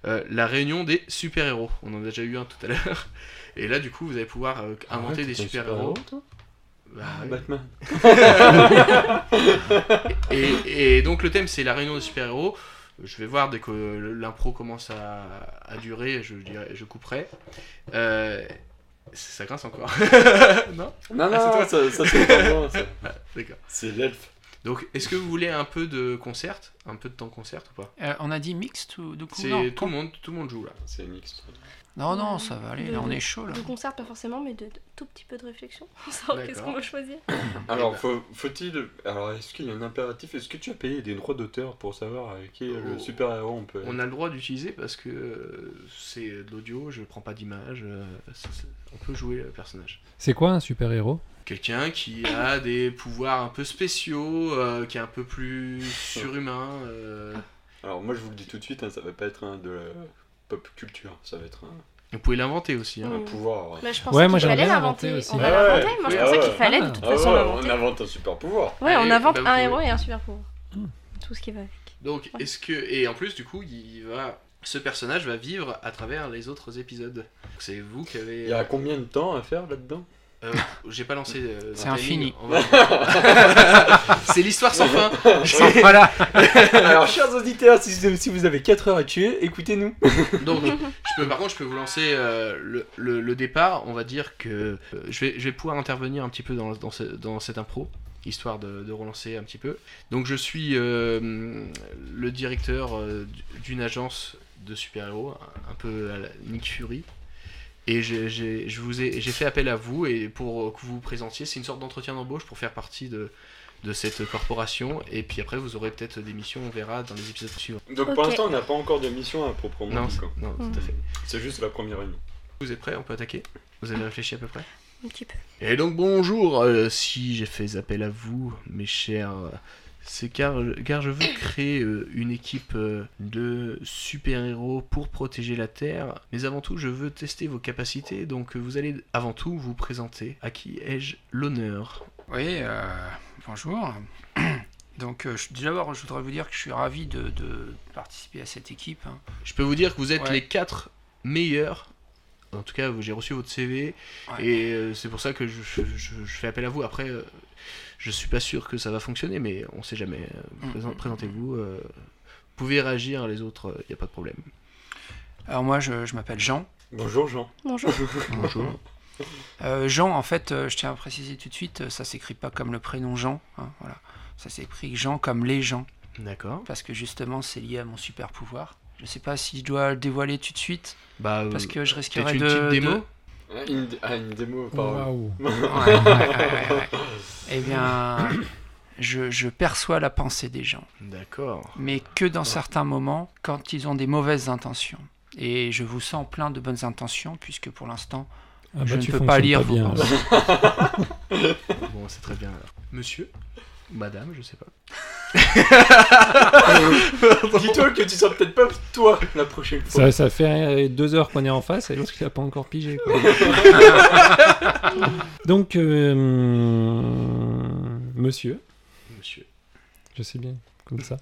[SPEAKER 4] euh, la réunion des super-héros. On en a déjà eu un tout à l'heure. Et là, du coup, vous allez pouvoir euh,
[SPEAKER 8] Ah ouais,
[SPEAKER 4] inventer
[SPEAKER 8] t'es
[SPEAKER 4] des
[SPEAKER 8] un
[SPEAKER 4] super-héros.
[SPEAKER 8] toi
[SPEAKER 4] Bah,
[SPEAKER 8] Ah,
[SPEAKER 4] ouais.
[SPEAKER 8] Batman.
[SPEAKER 4] et, et donc le thème c'est la réunion des super-héros. Je vais voir dès que euh, l'impro commence à, à durer, je, dirai- je couperai. Euh, ça grince encore. non
[SPEAKER 8] Non, non,
[SPEAKER 4] Ah, c'est toi.
[SPEAKER 8] ça, ça, c'est pas moi, ça.
[SPEAKER 4] D'accord.
[SPEAKER 8] C'est l'elfe.
[SPEAKER 4] Donc est-ce que vous voulez un peu de concert Un peu de temps concert ou pas
[SPEAKER 6] Euh, on a dit mixte ou du coup
[SPEAKER 4] C'est
[SPEAKER 6] non,
[SPEAKER 4] tout le monde, tout le monde joue là.
[SPEAKER 8] C'est mixte.
[SPEAKER 6] non, non, ça va aller, là, on est chaud là.
[SPEAKER 5] De concert, pas forcément, mais de, de tout petit peu de réflexion. Pour savoir qu'est-ce
[SPEAKER 4] D'accord.
[SPEAKER 5] qu'on veut choisir.
[SPEAKER 4] Eh ben.
[SPEAKER 8] Alors, faut- faut-il. Alors, est-ce qu'il y a un impératif Est-ce que tu as payé des droits d'auteur pour savoir avec qui est le
[SPEAKER 4] Oh.
[SPEAKER 8] super-héros on peut.
[SPEAKER 4] On a le droit d'utiliser parce que euh, c'est de l'audio, je prends pas d'image. euh, c'est- c'est- on peut jouer le personnage.
[SPEAKER 7] C'est quoi un super-héros
[SPEAKER 4] Quelqu'un qui a des pouvoirs un peu spéciaux, euh, qui est un peu plus surhumain. euh,
[SPEAKER 8] Alors, moi, je vous le dis tout de suite, hein, ça va pas être un de la pop culture, ça va être un,
[SPEAKER 4] Vous pouvez l'inventer aussi. hein.
[SPEAKER 8] un
[SPEAKER 5] Mm.
[SPEAKER 8] pouvoir.
[SPEAKER 5] Bah, je
[SPEAKER 7] Ouais,
[SPEAKER 5] pensais
[SPEAKER 7] moi,
[SPEAKER 5] qu'il
[SPEAKER 7] j'aimerais
[SPEAKER 5] fallait
[SPEAKER 7] bien
[SPEAKER 5] l'inventer.
[SPEAKER 7] l'inventer aussi.
[SPEAKER 5] On va
[SPEAKER 8] Ah ouais,
[SPEAKER 5] l'inventer. Moi, je
[SPEAKER 8] ah
[SPEAKER 5] pensais
[SPEAKER 8] ouais.
[SPEAKER 5] qu'il fallait de
[SPEAKER 7] Ah.
[SPEAKER 5] toute
[SPEAKER 8] Ah ouais,
[SPEAKER 5] façon
[SPEAKER 8] on
[SPEAKER 5] l'inventer.
[SPEAKER 8] invente un super-pouvoir.
[SPEAKER 5] Ouais, on
[SPEAKER 4] Allez,
[SPEAKER 5] invente
[SPEAKER 4] bah, vous
[SPEAKER 5] un
[SPEAKER 4] pouvez.
[SPEAKER 5] héros et un super pouvoir.
[SPEAKER 7] Hmm.
[SPEAKER 5] Tout ce qui va avec.
[SPEAKER 4] Donc, est-ce que et en plus du coup, il va ce personnage va vivre à travers les autres épisodes. C'est vous qui
[SPEAKER 8] Il
[SPEAKER 4] avez.
[SPEAKER 8] y a combien de temps à faire là-dedans
[SPEAKER 4] Euh, J'ai pas lancé. euh,
[SPEAKER 6] C'est
[SPEAKER 4] dans le timing.
[SPEAKER 6] infini.
[SPEAKER 4] On va- C'est l'histoire sans fin.
[SPEAKER 6] voilà.
[SPEAKER 8] Alors, chers auditeurs, si vous avez, si vous avez 4 heures à tuer, écoutez-nous.
[SPEAKER 4] Donc, je peux, par contre, je peux vous lancer euh, le, le- le départ. On va dire que euh, je, vais, je vais pouvoir intervenir un petit peu dans, dans, ce- dans cette impro, histoire de, de relancer un petit peu. Donc, je suis euh, le directeur euh, d'une agence de super-héros, un peu à la Nick Fury. Et j'ai- j'ai je vous ai- j'ai fait appel à vous et pour que vous vous présentiez. C'est une sorte d'entretien d'embauche pour faire partie de, de cette corporation. Et puis après, vous aurez peut-être des missions, on verra dans les épisodes suivants.
[SPEAKER 8] Donc,
[SPEAKER 5] Ok.
[SPEAKER 8] pour l'instant, on n'a pas encore de mission à proprement
[SPEAKER 4] Non,
[SPEAKER 8] dit,
[SPEAKER 4] c'est-
[SPEAKER 8] quoi.
[SPEAKER 4] non,
[SPEAKER 5] Mm.
[SPEAKER 4] tout à fait.
[SPEAKER 8] C'est juste la première réunion.
[SPEAKER 4] Vous êtes prêts On peut attaquer Vous avez réfléchi à peu près
[SPEAKER 5] Un petit peu.
[SPEAKER 4] Et donc bonjour, euh, si j'ai fait appel à vous, mes chers, euh, c'est car, car je veux créer euh, une équipe euh, de super-héros pour protéger la Terre, mais avant tout je veux tester vos capacités, donc euh, vous allez avant tout vous présenter. À qui ai-je l'honneur
[SPEAKER 6] Oui, euh, bonjour. Donc, euh, je- d'abord, je voudrais vous dire que je suis ravi de, de participer à cette équipe. hein.
[SPEAKER 4] Je peux vous dire que vous êtes
[SPEAKER 6] Ouais.
[SPEAKER 4] les quatre meilleurs. En tout cas, j'ai reçu votre CV
[SPEAKER 6] Ouais.
[SPEAKER 4] et euh, c'est pour ça que je, je- je- je fais appel à vous. Après, euh, je suis pas sûr que ça va fonctionner, mais on sait jamais. Euh,
[SPEAKER 6] Mm,
[SPEAKER 4] présent-
[SPEAKER 6] mm, mm.
[SPEAKER 4] Présentez-vous. euh, vous pouvez réagir les autres, il n'y a pas de problème.
[SPEAKER 6] Alors, moi, je, je m'appelle Jean.
[SPEAKER 8] Bonjour Jean.
[SPEAKER 10] Bonjour.
[SPEAKER 4] Bonjour.
[SPEAKER 6] Euh, Jean, en fait, euh, je tiens à préciser tout de suite, euh, ça s'écrit pas comme le prénom Jean. hein, voilà. Ça s'écrit Jean comme les gens.
[SPEAKER 4] D'accord.
[SPEAKER 6] Parce que justement, c'est lié à mon super pouvoir. Je sais pas si je dois le dévoiler tout de suite.
[SPEAKER 4] Bah, euh,
[SPEAKER 6] Parce que je risquerais
[SPEAKER 4] peut-être une
[SPEAKER 6] de.
[SPEAKER 4] petite démo.
[SPEAKER 6] de-
[SPEAKER 8] Ah, une, ah, une démo, pardon.
[SPEAKER 7] Waouh.
[SPEAKER 6] Ouais, ouais, ouais, ouais, ouais. Eh bien, je- je perçois la pensée des gens.
[SPEAKER 4] D'accord.
[SPEAKER 6] mais que dans certains moments, quand ils ont des mauvaises intentions. Et je vous sens plein de bonnes intentions, puisque pour l'instant,
[SPEAKER 7] Ah bah,
[SPEAKER 6] je ne
[SPEAKER 7] tu
[SPEAKER 6] peux pas
[SPEAKER 7] fonctionnes
[SPEAKER 6] lire vos
[SPEAKER 7] bien,
[SPEAKER 6] pensées.
[SPEAKER 4] Bon, c'est très bien. alors. Monsieur Madame, je sais pas.
[SPEAKER 8] Dis-toi que tu seras peut-être pas toi la prochaine
[SPEAKER 7] Ça,
[SPEAKER 8] fois.
[SPEAKER 7] ça fait euh, deux heures qu'on est en face et l'autre il a pas encore pigé. quoi. Donc, euh, monsieur,
[SPEAKER 4] Monsieur.
[SPEAKER 7] je sais bien, comme ça.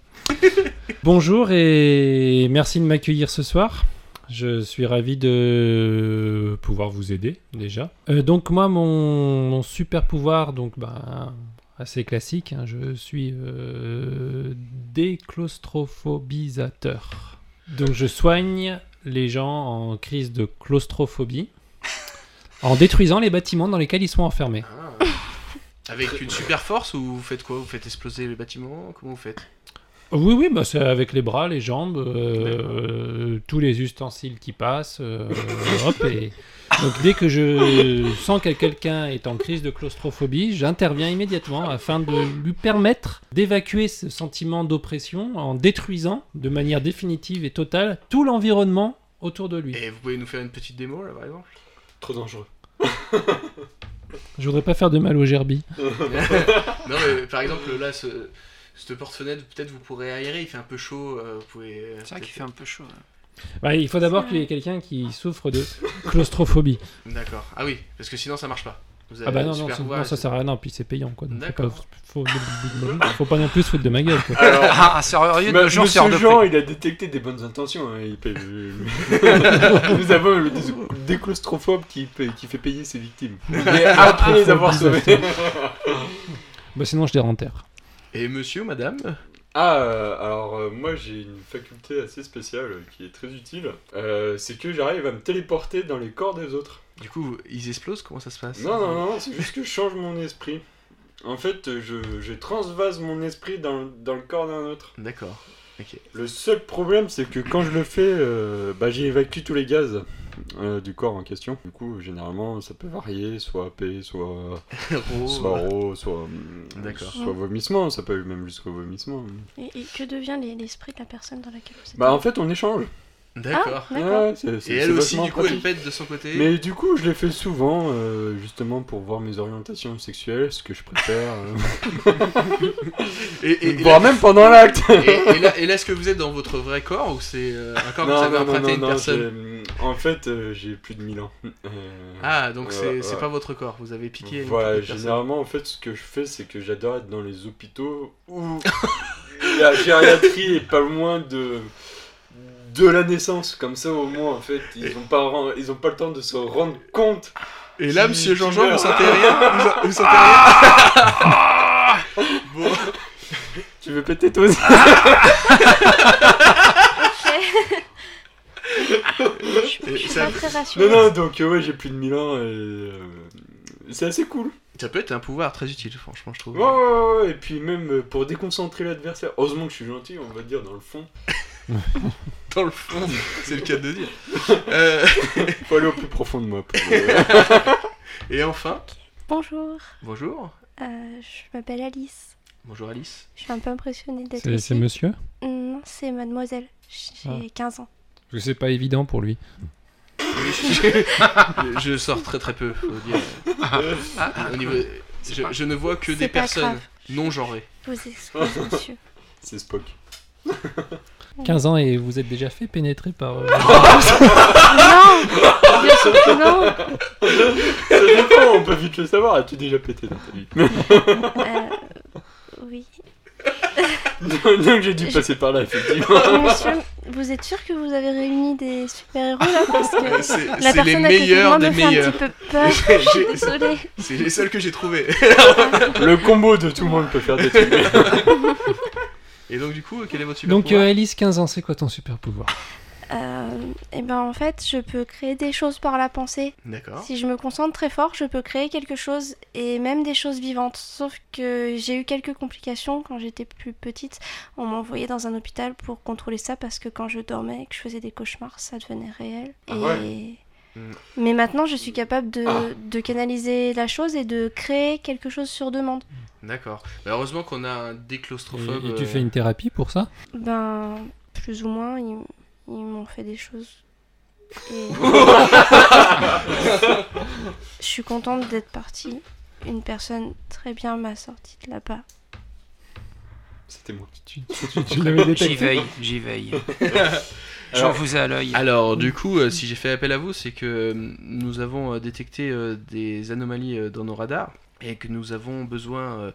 [SPEAKER 7] Bonjour et merci de m'accueillir ce soir. Je suis ravi de pouvoir vous aider déjà. Euh, donc moi, mon, mon super pouvoir, donc ben, assez classique, hein, je suis euh, déclaustrophobisateur. Donc je soigne les gens en crise de claustrophobie en détruisant les bâtiments dans lesquels ils sont enfermés.
[SPEAKER 8] Ah,
[SPEAKER 4] Avec une super force ou vous faites quoi Vous faites exploser les bâtiments Comment vous faites
[SPEAKER 7] Oui, oui, bah, c'est avec les bras, les jambes, euh, tous les ustensiles qui passent. euh, hop, et... Donc dès que je sens que quelqu'un est en crise de claustrophobie, j'interviens immédiatement afin de lui permettre d'évacuer ce sentiment d'oppression en détruisant de manière définitive et totale tout l'environnement autour de lui.
[SPEAKER 4] Et vous pouvez nous faire une petite démo là par exemple
[SPEAKER 8] Trop dangereux.
[SPEAKER 7] Je voudrais pas faire de mal aux gerbilles.
[SPEAKER 4] Non mais par exemple là ce, cette porte-fenêtre peut-être vous pourrez aérer, il fait un peu chaud, euh, vous pouvez... euh,
[SPEAKER 6] C'est vrai
[SPEAKER 4] peut-être-
[SPEAKER 6] qu'il fait un peu chaud. hein. là.
[SPEAKER 7] Bah, il faut d'abord qu'il y ait quelqu'un qui souffre de claustrophobie.
[SPEAKER 4] D'accord. Ah oui, parce que sinon ça marche pas. Vous avez
[SPEAKER 7] Ah bah
[SPEAKER 4] un
[SPEAKER 7] non, non,
[SPEAKER 4] super
[SPEAKER 7] ça-
[SPEAKER 4] pouvoir,
[SPEAKER 7] non, ça sert à rien, non, puis c'est payant quoi. donc faut pas-
[SPEAKER 4] D'accord.
[SPEAKER 7] faut, faut pas non plus se foutre de ma gueule quoi.
[SPEAKER 6] Ah, c'est sérieux
[SPEAKER 8] Ma-
[SPEAKER 6] de Jean, c'est hors
[SPEAKER 8] Monsieur
[SPEAKER 6] de
[SPEAKER 8] Jean,
[SPEAKER 6] prix.
[SPEAKER 8] il a détecté des bonnes intentions. hein, il paye- Nous avons le dé- déclaustrophobe qui, paye- qui fait payer ses victimes. Mais après les avoir sauvées.
[SPEAKER 7] Bah sinon je les renterre.
[SPEAKER 4] Et monsieur, madame
[SPEAKER 8] Ah, euh, alors euh, moi j'ai une faculté assez spéciale euh, qui est très utile. Euh, c'est que j'arrive à me téléporter dans les corps des autres.
[SPEAKER 4] Du coup, ils explosent Comment ça se passe
[SPEAKER 8] Non, non, non, c'est juste que je change mon esprit. En fait, euh, je, je transvase mon esprit dans, dans le corps d'un autre.
[SPEAKER 4] D'accord. Ok.
[SPEAKER 8] Le seul problème, c'est que quand je le fais, euh, bah, j'ai évacué tous les gaz euh, du corps en question. Du coup, généralement, ça peut varier, soit AP, soit soit RO, soit, hum,
[SPEAKER 4] Oh. D'accord.
[SPEAKER 8] soit vomissement. Ça peut aller même jusqu'au vomissement.
[SPEAKER 10] Et, et que devient les- l'esprit de la personne dans laquelle vous êtes
[SPEAKER 8] Bah, en fait, on échange.
[SPEAKER 4] D'accord.
[SPEAKER 10] Ah, d'accord.
[SPEAKER 8] Ouais, c'est- c'est-
[SPEAKER 4] Et
[SPEAKER 8] c'est
[SPEAKER 4] elle aussi,
[SPEAKER 8] vachement
[SPEAKER 4] du coup, elle
[SPEAKER 8] pratique.
[SPEAKER 4] pète de son côté.
[SPEAKER 8] Mais du coup, je l'ai fait souvent, euh, justement pour voir mes orientations sexuelles, ce que je préfère. euh.
[SPEAKER 4] Et, et- et
[SPEAKER 8] voire
[SPEAKER 4] là,
[SPEAKER 8] même pendant l'acte.
[SPEAKER 4] et- et là- et là, est-ce que vous êtes dans votre vrai corps ou c'est euh, un corps que vous avez emprunté à une personne
[SPEAKER 8] j'ai- en fait, euh, j'ai plus de 1000 ans. Euh,
[SPEAKER 4] Ah, donc c'est
[SPEAKER 8] Ouais,
[SPEAKER 4] c'est
[SPEAKER 8] ouais.
[SPEAKER 4] pas votre corps, vous avez piqué à une
[SPEAKER 8] Voilà,
[SPEAKER 4] petite personne.
[SPEAKER 8] généralement, en fait, ce que je fais, c'est que j'adore être dans les hôpitaux où la gériatrie est pas loin de de la naissance comme ça au moins en fait ils ont pas ren- ils ont pas le temps de se rendre compte
[SPEAKER 4] Et là,
[SPEAKER 8] Qui-
[SPEAKER 4] monsieur
[SPEAKER 8] qui
[SPEAKER 4] Jean-Jean, vous
[SPEAKER 8] meurt.
[SPEAKER 4] sentez
[SPEAKER 7] Ah.
[SPEAKER 4] rien Vous, vous sentez rien Bon,
[SPEAKER 8] tu veux péter toi aussi
[SPEAKER 10] Je suis
[SPEAKER 4] ça,
[SPEAKER 10] pas très rassurée.
[SPEAKER 8] non non donc euh, ouais j'ai plus de 1000 ans et euh, c'est assez cool
[SPEAKER 4] ça peut être un pouvoir très utile, franchement, je trouve.
[SPEAKER 8] Ouais, ouais, ouais, et puis même euh, pour déconcentrer l'adversaire. Heureusement que je suis gentil, on va dire, dans le fond.
[SPEAKER 4] Dans le fond, c'est le cas de dire. Euh,
[SPEAKER 8] Faut aller au plus profond de moi. pour- euh,
[SPEAKER 4] et enfin,
[SPEAKER 10] Bonjour,
[SPEAKER 4] bonjour.
[SPEAKER 10] euh, je m'appelle Alice.
[SPEAKER 4] Bonjour Alice.
[SPEAKER 10] Je suis un peu impressionnée d'être
[SPEAKER 7] C'est
[SPEAKER 10] ici.
[SPEAKER 7] c'est monsieur
[SPEAKER 10] Non, c'est mademoiselle. J'ai
[SPEAKER 7] Ah.
[SPEAKER 10] 15 ans.
[SPEAKER 7] Parce que c'est pas évident pour lui.
[SPEAKER 4] Je- Je sors très très peu, faut dire. Euh, Ah, Au niveau-
[SPEAKER 6] C'est
[SPEAKER 4] je,
[SPEAKER 6] pas-
[SPEAKER 4] je ne vois que
[SPEAKER 10] C'est
[SPEAKER 4] des
[SPEAKER 10] pas
[SPEAKER 4] personnes
[SPEAKER 10] grave.
[SPEAKER 4] non genrées.
[SPEAKER 10] Je vous excuse, monsieur.
[SPEAKER 8] C'est Spock.
[SPEAKER 7] 15 ans et vous êtes déjà fait pénétrer par. euh,
[SPEAKER 4] Ah,
[SPEAKER 10] Non Bien sûr que non
[SPEAKER 8] Ça dépend, on peut vite le savoir. As-tu déjà pété dans ta vie
[SPEAKER 10] Euh, Oui.
[SPEAKER 8] Donc j'ai dû passer par là, effectivement.
[SPEAKER 10] Monsieur, vous êtes sûr que vous avez réuni des super-héros là Parce que
[SPEAKER 4] Euh, C'est
[SPEAKER 10] la
[SPEAKER 4] c'est les
[SPEAKER 10] personne à côté de
[SPEAKER 4] meilleurs
[SPEAKER 10] moi
[SPEAKER 4] des
[SPEAKER 10] me fait un
[SPEAKER 4] meilleurs.
[SPEAKER 10] petit peu peur.
[SPEAKER 4] J'ai-
[SPEAKER 10] Je suis
[SPEAKER 4] j'ai-
[SPEAKER 10] désolée.
[SPEAKER 4] C'est les seuls que j'ai trouvés.
[SPEAKER 8] Le combo de tout le monde peut faire des trucs.
[SPEAKER 4] Et donc, du coup, quel est votre super
[SPEAKER 7] Donc,
[SPEAKER 4] pouvoir
[SPEAKER 7] euh, Alice, 15 ans, c'est quoi ton super pouvoir
[SPEAKER 10] et ben en fait, je peux créer des choses par la pensée.
[SPEAKER 4] D'accord.
[SPEAKER 10] Si je me concentre très fort, je peux créer quelque chose et même des choses vivantes. Sauf que j'ai eu quelques complications quand j'étais plus petite. On m'a envoyée dans un hôpital pour contrôler ça parce que quand je dormais et que je faisais des cauchemars, ça devenait réel.
[SPEAKER 8] Ah
[SPEAKER 10] et...
[SPEAKER 4] Mm.
[SPEAKER 10] Mais maintenant, je suis capable de,
[SPEAKER 8] Ah.
[SPEAKER 10] de canaliser la chose et de créer quelque chose sur demande.
[SPEAKER 4] D'accord. Bah, heureusement qu'on a un
[SPEAKER 7] Et-
[SPEAKER 4] déclaustrophobe.
[SPEAKER 7] et tu
[SPEAKER 4] euh,
[SPEAKER 7] fais une thérapie pour ça
[SPEAKER 10] Ben, plus ou moins, ils, ils m'ont fait des choses. Et- je suis contente d'être partie. Une personne très bien m'a sortie de là-bas.
[SPEAKER 8] C'était moi.
[SPEAKER 7] Tu l'avais
[SPEAKER 6] J'y
[SPEAKER 7] détecté.
[SPEAKER 6] veille, j'y veille. J'en
[SPEAKER 8] Alors-
[SPEAKER 6] vous ai à l'œil.
[SPEAKER 4] Alors, du coup, euh, si j'ai fait appel à vous, c'est que euh, nous avons euh, détecté euh, des anomalies euh, dans nos radars et que nous avons besoin euh,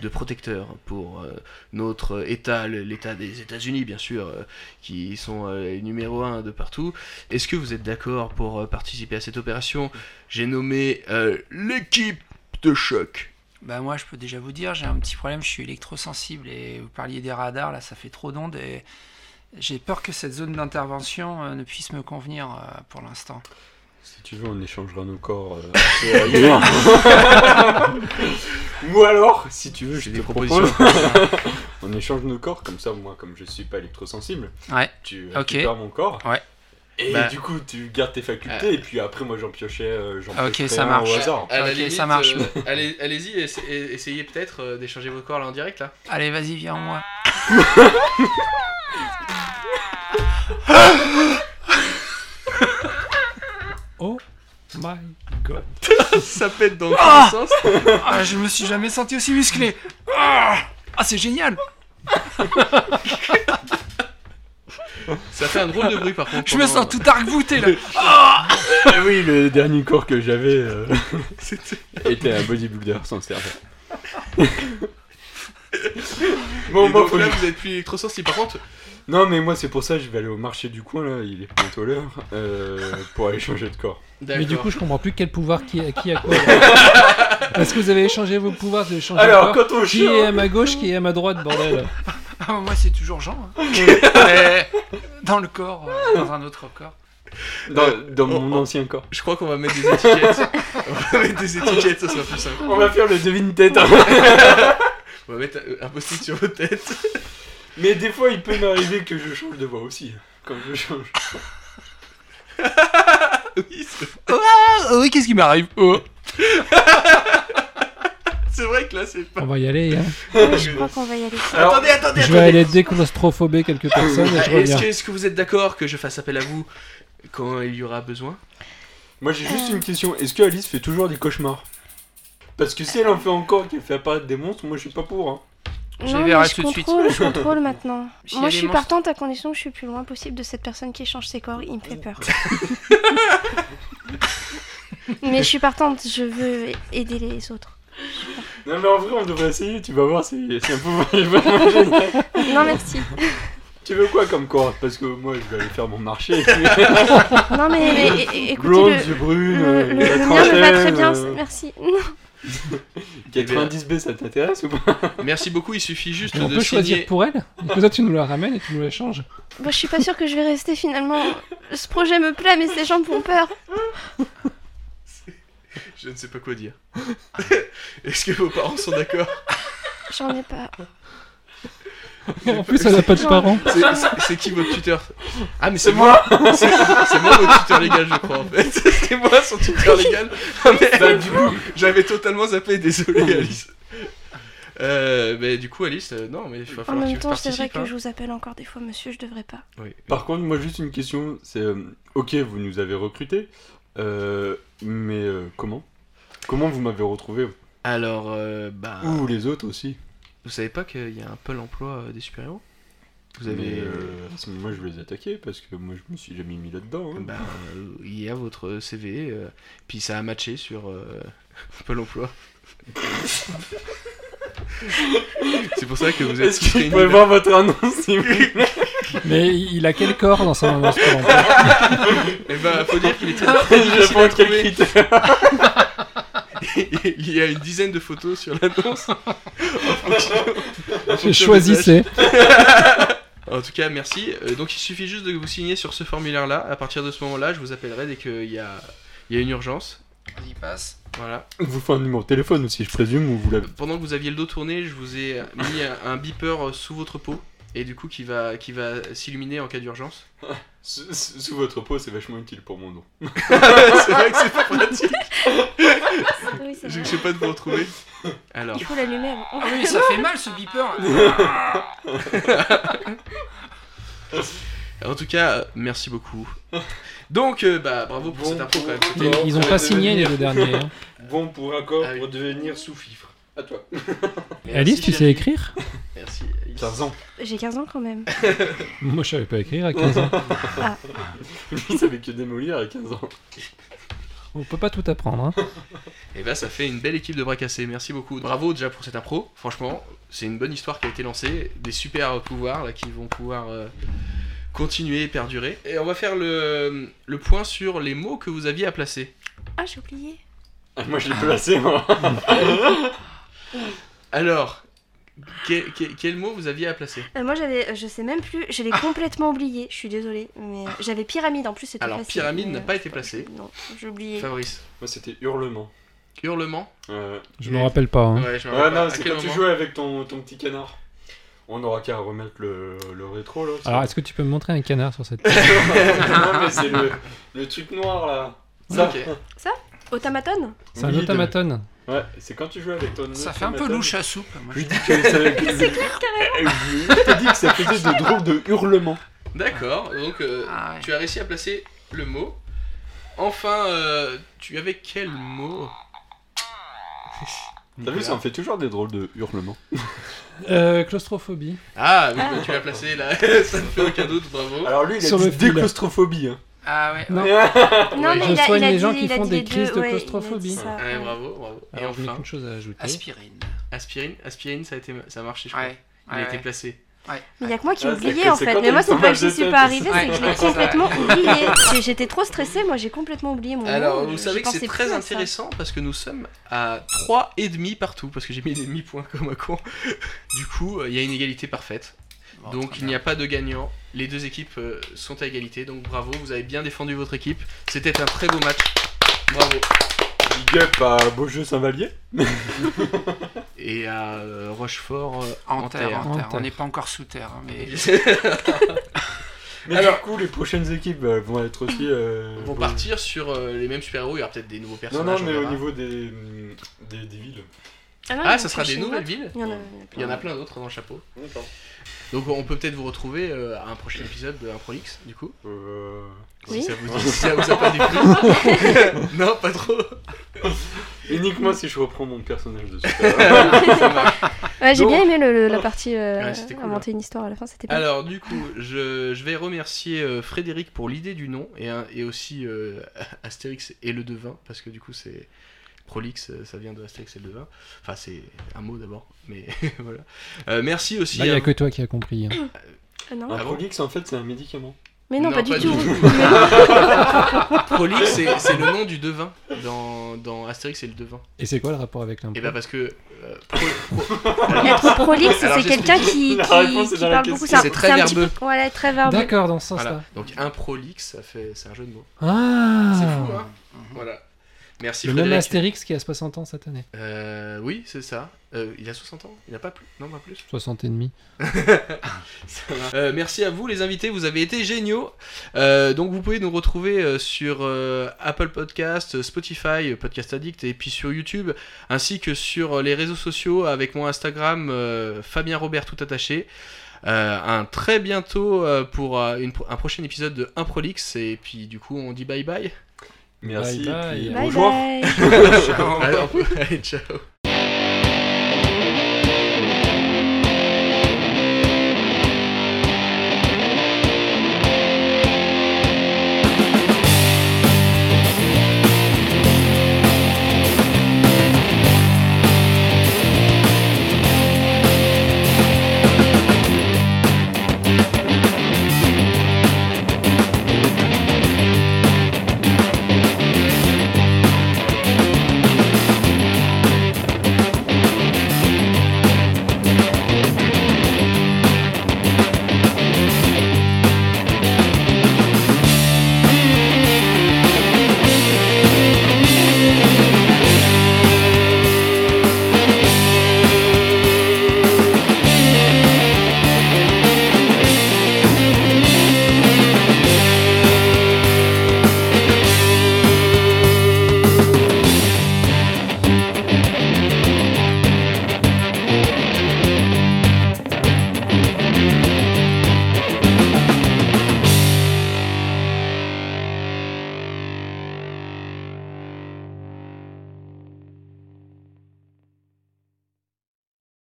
[SPEAKER 4] de protecteurs pour euh, notre euh, État, le- l'État des États-Unis, bien sûr, euh, qui sont euh, les numéro un de partout. Est-ce que vous êtes d'accord pour euh, participer à cette opération J'ai nommé euh, l'équipe de choc.
[SPEAKER 6] Bah moi, je peux déjà vous dire, j'ai un petit problème, je suis électrosensible et vous parliez des radars, là, ça fait trop d'ondes et j'ai peur que cette zone d'intervention euh, ne puisse me convenir euh, pour l'instant.
[SPEAKER 8] Si tu veux, on échangera nos corps. euh, assez régulièrement. Ou alors, si tu veux, je
[SPEAKER 4] J'ai
[SPEAKER 8] te
[SPEAKER 4] des
[SPEAKER 8] propose.
[SPEAKER 4] propositions.
[SPEAKER 8] on échange nos corps, comme ça, moi, comme je suis pas électrosensible,
[SPEAKER 6] Ouais.
[SPEAKER 8] tu
[SPEAKER 6] Ok.
[SPEAKER 8] récupères mon corps.
[SPEAKER 6] Ouais. Euh.
[SPEAKER 8] Et
[SPEAKER 4] Bah.
[SPEAKER 8] du coup, tu gardes tes facultés, et puis après, moi, j'en piochais, euh, j'en
[SPEAKER 6] Ok,
[SPEAKER 8] piocherais
[SPEAKER 6] ça
[SPEAKER 8] un
[SPEAKER 6] marche.
[SPEAKER 8] au hasard.
[SPEAKER 6] À la Ok, limite, ça marche. euh,
[SPEAKER 4] Allez-y, essayez peut-être euh, d'échanger vos corps là en direct là.
[SPEAKER 6] Allez, vas-y, viens en moi.
[SPEAKER 7] Oh my god.
[SPEAKER 4] Ça pète dans le
[SPEAKER 6] Ah
[SPEAKER 4] sens.
[SPEAKER 6] Ah, je me suis jamais senti aussi musclé. Ah, Ah, c'est génial.
[SPEAKER 4] Ça fait un drôle de bruit par contre.
[SPEAKER 6] Je me
[SPEAKER 4] pendant-
[SPEAKER 6] sens tout arc-bouté là.
[SPEAKER 8] Ah oui, le dernier corps que j'avais euh,
[SPEAKER 4] C'était-
[SPEAKER 8] était un bodybuilder sans cerveau. bon,
[SPEAKER 4] Et
[SPEAKER 8] moi,
[SPEAKER 4] donc
[SPEAKER 8] faut
[SPEAKER 4] là,
[SPEAKER 8] que-
[SPEAKER 4] vous êtes plus électrosensible. Par contre,
[SPEAKER 8] Non, mais moi, c'est pour ça, je vais aller au marché du coin, là, il est bientôt l'heure, euh, pour aller changer de corps.
[SPEAKER 7] Mais du
[SPEAKER 4] d'accord.
[SPEAKER 7] coup, je comprends plus quel pouvoir qui a, qui a quoi. là. Parce que vous avez échangé vos pouvoirs, vous avez échangé
[SPEAKER 8] Alors,
[SPEAKER 7] vos corps.
[SPEAKER 8] quand on
[SPEAKER 7] Qui est à
[SPEAKER 8] chie,
[SPEAKER 7] ma gauche, qui est à ma droite, bordel
[SPEAKER 6] Ah, moi, c'est toujours Jean. hein. Mais dans le corps, euh, dans un autre corps.
[SPEAKER 8] dans, dans mon ancien corps.
[SPEAKER 4] je crois qu'on va mettre des étiquettes. on va mettre des étiquettes, ça sera plus simple.
[SPEAKER 8] On va faire le devine-tête.
[SPEAKER 4] On va mettre euh, un post-it sur votre tête.
[SPEAKER 8] Mais des fois, il peut m'arriver que je change de voix aussi. Quand je change.
[SPEAKER 4] oui, c'est vrai.
[SPEAKER 6] Ah, oui, qu'est-ce qui m'arrive Oh.
[SPEAKER 4] c'est vrai que là, c'est pas.
[SPEAKER 7] On va y aller. hein.
[SPEAKER 10] Ouais, je crois qu'on va y aller.
[SPEAKER 8] Alors-
[SPEAKER 4] attendez, attendez,
[SPEAKER 7] Je vais
[SPEAKER 4] attendez.
[SPEAKER 7] aller déclaustrophober quelques personnes et
[SPEAKER 4] Ah, Est-ce
[SPEAKER 7] je reviens.
[SPEAKER 4] que, est-ce que vous êtes d'accord que je fasse appel à vous quand il y aura besoin
[SPEAKER 8] Moi, j'ai juste une question. Est-ce que Alice fait toujours des cauchemars Parce que si elle en fait encore, qu'elle fait apparaître des monstres, moi, je suis pas pour. Hein.
[SPEAKER 6] J'y
[SPEAKER 10] Non,
[SPEAKER 6] verrai
[SPEAKER 10] mais je
[SPEAKER 6] tout de suite.
[SPEAKER 10] contrôle, je contrôle maintenant.
[SPEAKER 6] S'il y a
[SPEAKER 10] Moi,
[SPEAKER 6] des
[SPEAKER 10] je suis
[SPEAKER 6] monstres-
[SPEAKER 10] partante à condition que je suis le plus loin possible de cette personne qui échange ses corps. Il me fait peur. mais je suis partante, je veux aider les autres.
[SPEAKER 8] Non, mais en vrai, on devrait essayer. Tu vas voir, c'est c'est un peu.
[SPEAKER 10] Non, merci.
[SPEAKER 8] tu veux quoi comme corps Parce que moi, je vais aller faire mon marché.
[SPEAKER 10] Non, mais, mais, é- é- écoutez,
[SPEAKER 8] Blonde,
[SPEAKER 10] le,
[SPEAKER 8] yeux brunes,
[SPEAKER 10] le, le-
[SPEAKER 8] euh, la
[SPEAKER 10] le mien me mm. va très
[SPEAKER 8] trentaine,
[SPEAKER 10] bien,
[SPEAKER 8] euh,
[SPEAKER 10] merci.
[SPEAKER 8] 90B, ça t'intéresse ou pas
[SPEAKER 4] Merci beaucoup, il suffit juste
[SPEAKER 7] Et on
[SPEAKER 4] de
[SPEAKER 7] peut
[SPEAKER 4] signer.
[SPEAKER 7] choisir pour elle Et que toi, tu nous la ramènes et tu nous la changes.
[SPEAKER 10] Bon, je suis pas sûre que je vais rester finalement. Ce projet me plaît, mais ces gens font peur.
[SPEAKER 4] Je ne sais pas quoi dire. Est-ce que vos parents sont d'accord
[SPEAKER 10] J'en ai pas.
[SPEAKER 7] En plus, elle a pas de parents.
[SPEAKER 4] C'est- c'est- C'est qui votre tuteur Ah mais c'est moi C'est c'est moi votre tuteur légal je crois en fait. C'est moi son tuteur légal. Ah, merde.
[SPEAKER 8] Bah,
[SPEAKER 4] j'avais totalement zappé, désolé Alice. Euh, mais du coup Alice, euh, non mais il va
[SPEAKER 10] En
[SPEAKER 4] falloir que
[SPEAKER 10] même
[SPEAKER 4] tu
[SPEAKER 10] temps, c'est vrai
[SPEAKER 4] participes.
[SPEAKER 10] que
[SPEAKER 4] hein.
[SPEAKER 10] je vous appelle encore des fois, monsieur, je devrais pas.
[SPEAKER 4] Oui.
[SPEAKER 8] Par contre, moi, juste une question. C'est euh, ok, vous nous avez recrutés, euh, mais euh, comment Comment vous m'avez retrouvé
[SPEAKER 4] Alors, euh, bah,
[SPEAKER 8] Ou les autres aussi
[SPEAKER 4] vous savez pas qu'il y a un pôle emploi euh, des super-héros Vous avez.
[SPEAKER 8] Mais, euh, à ce moment-là, je vais les attaquer parce que moi, je me suis jamais mis là-dedans. hein.
[SPEAKER 4] Bah, euh, il y a votre CV, euh, puis ça a matché sur euh, Pôle emploi. c'est pour ça que vous êtes.
[SPEAKER 8] Est-ce que vous
[SPEAKER 4] une-
[SPEAKER 8] pouvez voir votre annonce s'il vous plaît
[SPEAKER 7] Mais il a quel corps dans sa maman Pôle emploi
[SPEAKER 4] Eh ben, faut dire qu'il était très
[SPEAKER 8] Je
[SPEAKER 4] difficile à
[SPEAKER 8] pense qu'il y a
[SPEAKER 4] trouver.
[SPEAKER 8] critère.
[SPEAKER 4] Il y a une dizaine de photos sur l'annonce. En fonction- en fonction des
[SPEAKER 7] Choisissez.
[SPEAKER 4] En tout cas, merci. Euh, donc, il suffit juste de vous signer sur ce formulaire-là. À partir de ce moment-là, je vous appellerai dès qu'il y a, il y a une urgence.
[SPEAKER 6] Vas-y, passe.
[SPEAKER 4] Voilà.
[SPEAKER 8] Vous faites un numéro de téléphone aussi, je présume, ou vous l'avez.
[SPEAKER 4] Pendant que vous aviez le dos tourné, je vous ai mis un- un beeper euh, sous votre peau et du coup qui va, qui va s'illuminer en cas d'urgence.
[SPEAKER 8] Sous sous votre peau, c'est vachement utile pour mon nom.
[SPEAKER 4] c'est vrai que c'est pas pratique.
[SPEAKER 10] Ah Oui, c'est
[SPEAKER 4] Je
[SPEAKER 10] vrai.
[SPEAKER 4] sais pas de vous retrouver. Alors,
[SPEAKER 10] Il faut l'allumer avant.
[SPEAKER 6] Ah oui, ça fait mal ce beeper.
[SPEAKER 4] en tout cas, euh, merci beaucoup. Donc, euh, bah, bravo pour
[SPEAKER 8] Bon,
[SPEAKER 4] cette info quand même.
[SPEAKER 8] bon.
[SPEAKER 4] C'était-
[SPEAKER 7] Ils, ils ont
[SPEAKER 8] Ça
[SPEAKER 7] pas
[SPEAKER 8] va
[SPEAKER 7] signé les
[SPEAKER 8] devenir.
[SPEAKER 7] deux derniers. hein.
[SPEAKER 8] Bon pour un corps
[SPEAKER 4] Ah oui.
[SPEAKER 8] pour devenir sous-fifre. À toi.
[SPEAKER 7] Alice, tu
[SPEAKER 4] chérie.
[SPEAKER 7] sais écrire
[SPEAKER 4] Merci. Alice.
[SPEAKER 8] Tarzan.
[SPEAKER 10] J'ai 15 ans quand même.
[SPEAKER 7] Moi, je savais pas écrire à 15 ans.
[SPEAKER 8] Il savait que démolir à 15 ans.
[SPEAKER 7] On peut pas tout apprendre. hein.
[SPEAKER 4] Et bah, ça fait une belle équipe de bras cassés. Merci beaucoup. Bravo déjà pour cette impro. Franchement, c'est une bonne histoire qui a été lancée. Des super pouvoirs là, qui vont pouvoir euh, continuer et perdurer. Et on va faire le, le point sur les mots que vous aviez à placer.
[SPEAKER 10] Ah, j'ai oublié.
[SPEAKER 8] Ah, moi, je l'ai placé, moi.
[SPEAKER 4] Alors, que- que- quel mot vous aviez à placer
[SPEAKER 10] Euh, moi j'avais, je sais même plus, je l'ai complètement oublié, je suis désolée, mais j'avais pyramide en plus, c'était
[SPEAKER 4] Alors,
[SPEAKER 10] facile,
[SPEAKER 4] pyramide
[SPEAKER 10] mais-
[SPEAKER 4] n'a pas été placée.
[SPEAKER 10] Non, j'ai oublié.
[SPEAKER 4] Fabrice.
[SPEAKER 8] Moi, c'était hurlement.
[SPEAKER 4] Hurlement
[SPEAKER 8] Euh,
[SPEAKER 7] Je me rappelle pas. hein.
[SPEAKER 4] Ouais, je me
[SPEAKER 8] Ouais, bah,
[SPEAKER 4] rappelle pas.
[SPEAKER 8] non,
[SPEAKER 4] À
[SPEAKER 8] c'est
[SPEAKER 4] quel
[SPEAKER 8] quand tu
[SPEAKER 4] moment
[SPEAKER 8] jouais avec ton, ton petit canard. On aura qu'à remettre le, le rétro là.
[SPEAKER 7] Alors, est-ce que tu peux me montrer un canard sur cette
[SPEAKER 8] non, mais c'est le, le truc noir là. Ça.
[SPEAKER 4] Ok.
[SPEAKER 10] Automaton
[SPEAKER 7] C'est un
[SPEAKER 8] Oui, de-
[SPEAKER 7] automaton.
[SPEAKER 8] Ouais, c'est quand tu joues avec ton.
[SPEAKER 6] Ça fait un peu
[SPEAKER 8] automaton.
[SPEAKER 6] louche hein. à soupe. Moi,
[SPEAKER 8] Je
[SPEAKER 6] je-
[SPEAKER 8] dis que ça. c'est clair, Eh carrément. Je t'ai dit que ça faisait de drôles de hurlements.
[SPEAKER 4] D'accord, donc euh,
[SPEAKER 6] Ah ouais.
[SPEAKER 4] tu as réussi à placer le mot. Enfin, euh, tu avais quel mot
[SPEAKER 8] T'as vu, ça en fait toujours des drôles de hurlements.
[SPEAKER 7] Euh, claustrophobie.
[SPEAKER 4] Ah, oui, bah, tu l'as placé là, ça ne fait aucun doute, bravo.
[SPEAKER 8] Alors lui, il a
[SPEAKER 7] Sur le
[SPEAKER 8] dit
[SPEAKER 7] fil.
[SPEAKER 8] déclaustrophobie. Hein.
[SPEAKER 6] Ah ouais.
[SPEAKER 7] Non.
[SPEAKER 10] Non,
[SPEAKER 4] je
[SPEAKER 10] mais il a,
[SPEAKER 7] soigne
[SPEAKER 10] il a
[SPEAKER 7] les
[SPEAKER 10] dit,
[SPEAKER 7] gens qui
[SPEAKER 10] il a
[SPEAKER 7] font
[SPEAKER 10] dit
[SPEAKER 7] des
[SPEAKER 10] les
[SPEAKER 7] crises
[SPEAKER 10] deux,
[SPEAKER 7] de
[SPEAKER 10] ouais, il a dit
[SPEAKER 7] claustrophobie.
[SPEAKER 10] ça,
[SPEAKER 4] Ah, Ouais,
[SPEAKER 10] ouais.
[SPEAKER 4] bravo, bravo. Et
[SPEAKER 7] Alors, je n'ai
[SPEAKER 4] enfin,
[SPEAKER 7] qu'une chose à ajouter.
[SPEAKER 6] Aspirine.
[SPEAKER 4] aspirine, aspirine, ça a été, ça a marché, je crois.
[SPEAKER 6] Ouais.
[SPEAKER 4] Il a
[SPEAKER 6] ouais,
[SPEAKER 4] été
[SPEAKER 6] ouais.
[SPEAKER 4] placé.
[SPEAKER 10] Mais il y a que moi qui ai
[SPEAKER 8] Ah, c'est
[SPEAKER 10] oublié
[SPEAKER 8] que-
[SPEAKER 10] en
[SPEAKER 8] c'est
[SPEAKER 10] fait,
[SPEAKER 8] quand
[SPEAKER 10] mais moi
[SPEAKER 8] t'as
[SPEAKER 10] c'est
[SPEAKER 8] une
[SPEAKER 10] pas que j'y
[SPEAKER 8] image de
[SPEAKER 10] suis
[SPEAKER 8] tête,
[SPEAKER 10] pas
[SPEAKER 8] c'est
[SPEAKER 10] arrivée,
[SPEAKER 6] ça.
[SPEAKER 10] c'est que je l'ai
[SPEAKER 6] Ouais, c'est ça.
[SPEAKER 10] complètement oublié. J'ai- J'étais trop stressée, moi j'ai complètement oublié mon
[SPEAKER 4] Alors,
[SPEAKER 10] mot, je-
[SPEAKER 4] vous savez
[SPEAKER 10] je
[SPEAKER 4] que c'est
[SPEAKER 10] pensais
[SPEAKER 4] très
[SPEAKER 10] plus à ça.
[SPEAKER 4] intéressant parce que nous sommes à 3 et demi partout, parce que j'ai mis des demi-points comme un con. Du coup, euh, il y a une égalité parfaite.
[SPEAKER 10] Oh,
[SPEAKER 6] Bon,
[SPEAKER 4] donc,
[SPEAKER 6] très
[SPEAKER 4] il n'y a pas de gagnant. Les deux équipes euh, sont à égalité, donc bravo, vous avez bien défendu votre équipe. C'était un très beau match. Bravo.
[SPEAKER 8] Big up à Beaujeu Saint-Valier.
[SPEAKER 4] Et à euh, Rochefort euh,
[SPEAKER 6] En terre, en
[SPEAKER 7] En
[SPEAKER 6] terre. On
[SPEAKER 7] terre.
[SPEAKER 6] n'est pas encore sous terre, hein, mais
[SPEAKER 8] Mais Alors, du coup, les prochaines équipes euh, vont être aussi. euh,
[SPEAKER 4] vont partir sur euh, les mêmes super-héros, il y aura peut-être des nouveaux
[SPEAKER 8] Non,
[SPEAKER 4] personnages.
[SPEAKER 8] non,
[SPEAKER 4] on
[SPEAKER 8] mais au
[SPEAKER 4] verra.
[SPEAKER 8] niveau des, hum, des, des villes.
[SPEAKER 10] Ah, non, il y en
[SPEAKER 4] Ah,
[SPEAKER 10] a
[SPEAKER 4] ça sera
[SPEAKER 10] plus
[SPEAKER 4] des
[SPEAKER 10] chez
[SPEAKER 4] nouvelles
[SPEAKER 10] moi.
[SPEAKER 4] villes
[SPEAKER 10] Il y en a,
[SPEAKER 4] Il y en a plein d'autres dans le chapeau.
[SPEAKER 8] D'accord.
[SPEAKER 4] Donc on peut peut-être vous retrouver euh, à un prochain épisode de Improlix, du coup.
[SPEAKER 8] Euh...
[SPEAKER 10] Oui.
[SPEAKER 4] Si ça vous, si ça vous a pas déplu. non, pas trop.
[SPEAKER 8] Uniquement si je reprends mon personnage de super.
[SPEAKER 4] Ça marche.
[SPEAKER 10] Ouais, j'ai
[SPEAKER 4] Donc-
[SPEAKER 10] bien aimé le- le- la partie euh,
[SPEAKER 4] Ouais, c'était cool, hein.
[SPEAKER 10] inventer une histoire à la fin, c'était bien.
[SPEAKER 4] Alors, du coup, je, je vais remercier euh, Frédéric pour l'idée du nom et, un- et aussi euh, Astérix et le devin, parce que du coup, c'est. Prolix, euh, ça vient de Astérix et le devin. Enfin, c'est un mot d'abord, mais voilà. Euh, merci aussi.
[SPEAKER 7] Là, Bah, il y a
[SPEAKER 4] à-
[SPEAKER 7] que toi qui as compris. hein.
[SPEAKER 10] Euh, non.
[SPEAKER 8] Un
[SPEAKER 4] Ah bon
[SPEAKER 8] prolix, en fait, c'est un médicament.
[SPEAKER 10] Mais non, pas du tout.
[SPEAKER 4] Prolix, c'est c'est le nom du devin dans, dans Astérix et le devin.
[SPEAKER 7] Et c'est quoi le rapport avec l'impôt
[SPEAKER 4] Et bah parce que euh, pro- pro-
[SPEAKER 10] Être prolixe,
[SPEAKER 4] Alors,
[SPEAKER 10] c'est quelqu'un qui, qui,
[SPEAKER 8] La réponse est
[SPEAKER 10] qui
[SPEAKER 8] dans la
[SPEAKER 10] parle
[SPEAKER 8] question.
[SPEAKER 10] beaucoup. un-
[SPEAKER 4] C'est très
[SPEAKER 10] un petit
[SPEAKER 4] verbeux.
[SPEAKER 10] peu- Voilà, très verbeux.
[SPEAKER 7] D'accord,
[SPEAKER 4] bah,
[SPEAKER 7] dans ce sens-là.
[SPEAKER 4] voilà. Donc un prolixe, ça fait c'est un jeu de mots.
[SPEAKER 7] Ah
[SPEAKER 4] C'est fou hein. Voilà. Merci
[SPEAKER 7] Le même
[SPEAKER 4] Frédéric.
[SPEAKER 7] Astérix qui a 60 ans cette année.
[SPEAKER 4] Euh, oui, c'est ça. Euh, il a 60 ans Il a pas plus Non, pas plus.
[SPEAKER 7] 60 et demi.
[SPEAKER 4] Euh, merci à vous les invités, vous avez été géniaux. Euh, donc vous pouvez nous retrouver euh, sur euh, Apple Podcast, euh, Spotify, euh, Podcast Addict et puis sur YouTube, ainsi que sur euh, les réseaux sociaux avec mon Instagram euh, Fabien Robert tout attaché. Euh, un très bientôt euh, pour euh, une pro- un prochain épisode de Improlix et puis du coup on dit bye bye.
[SPEAKER 8] Merci.
[SPEAKER 7] Bye bye.
[SPEAKER 8] et puis
[SPEAKER 10] Bye
[SPEAKER 8] bonjour.
[SPEAKER 10] bye.
[SPEAKER 4] Allez, on peut- allez, ciao.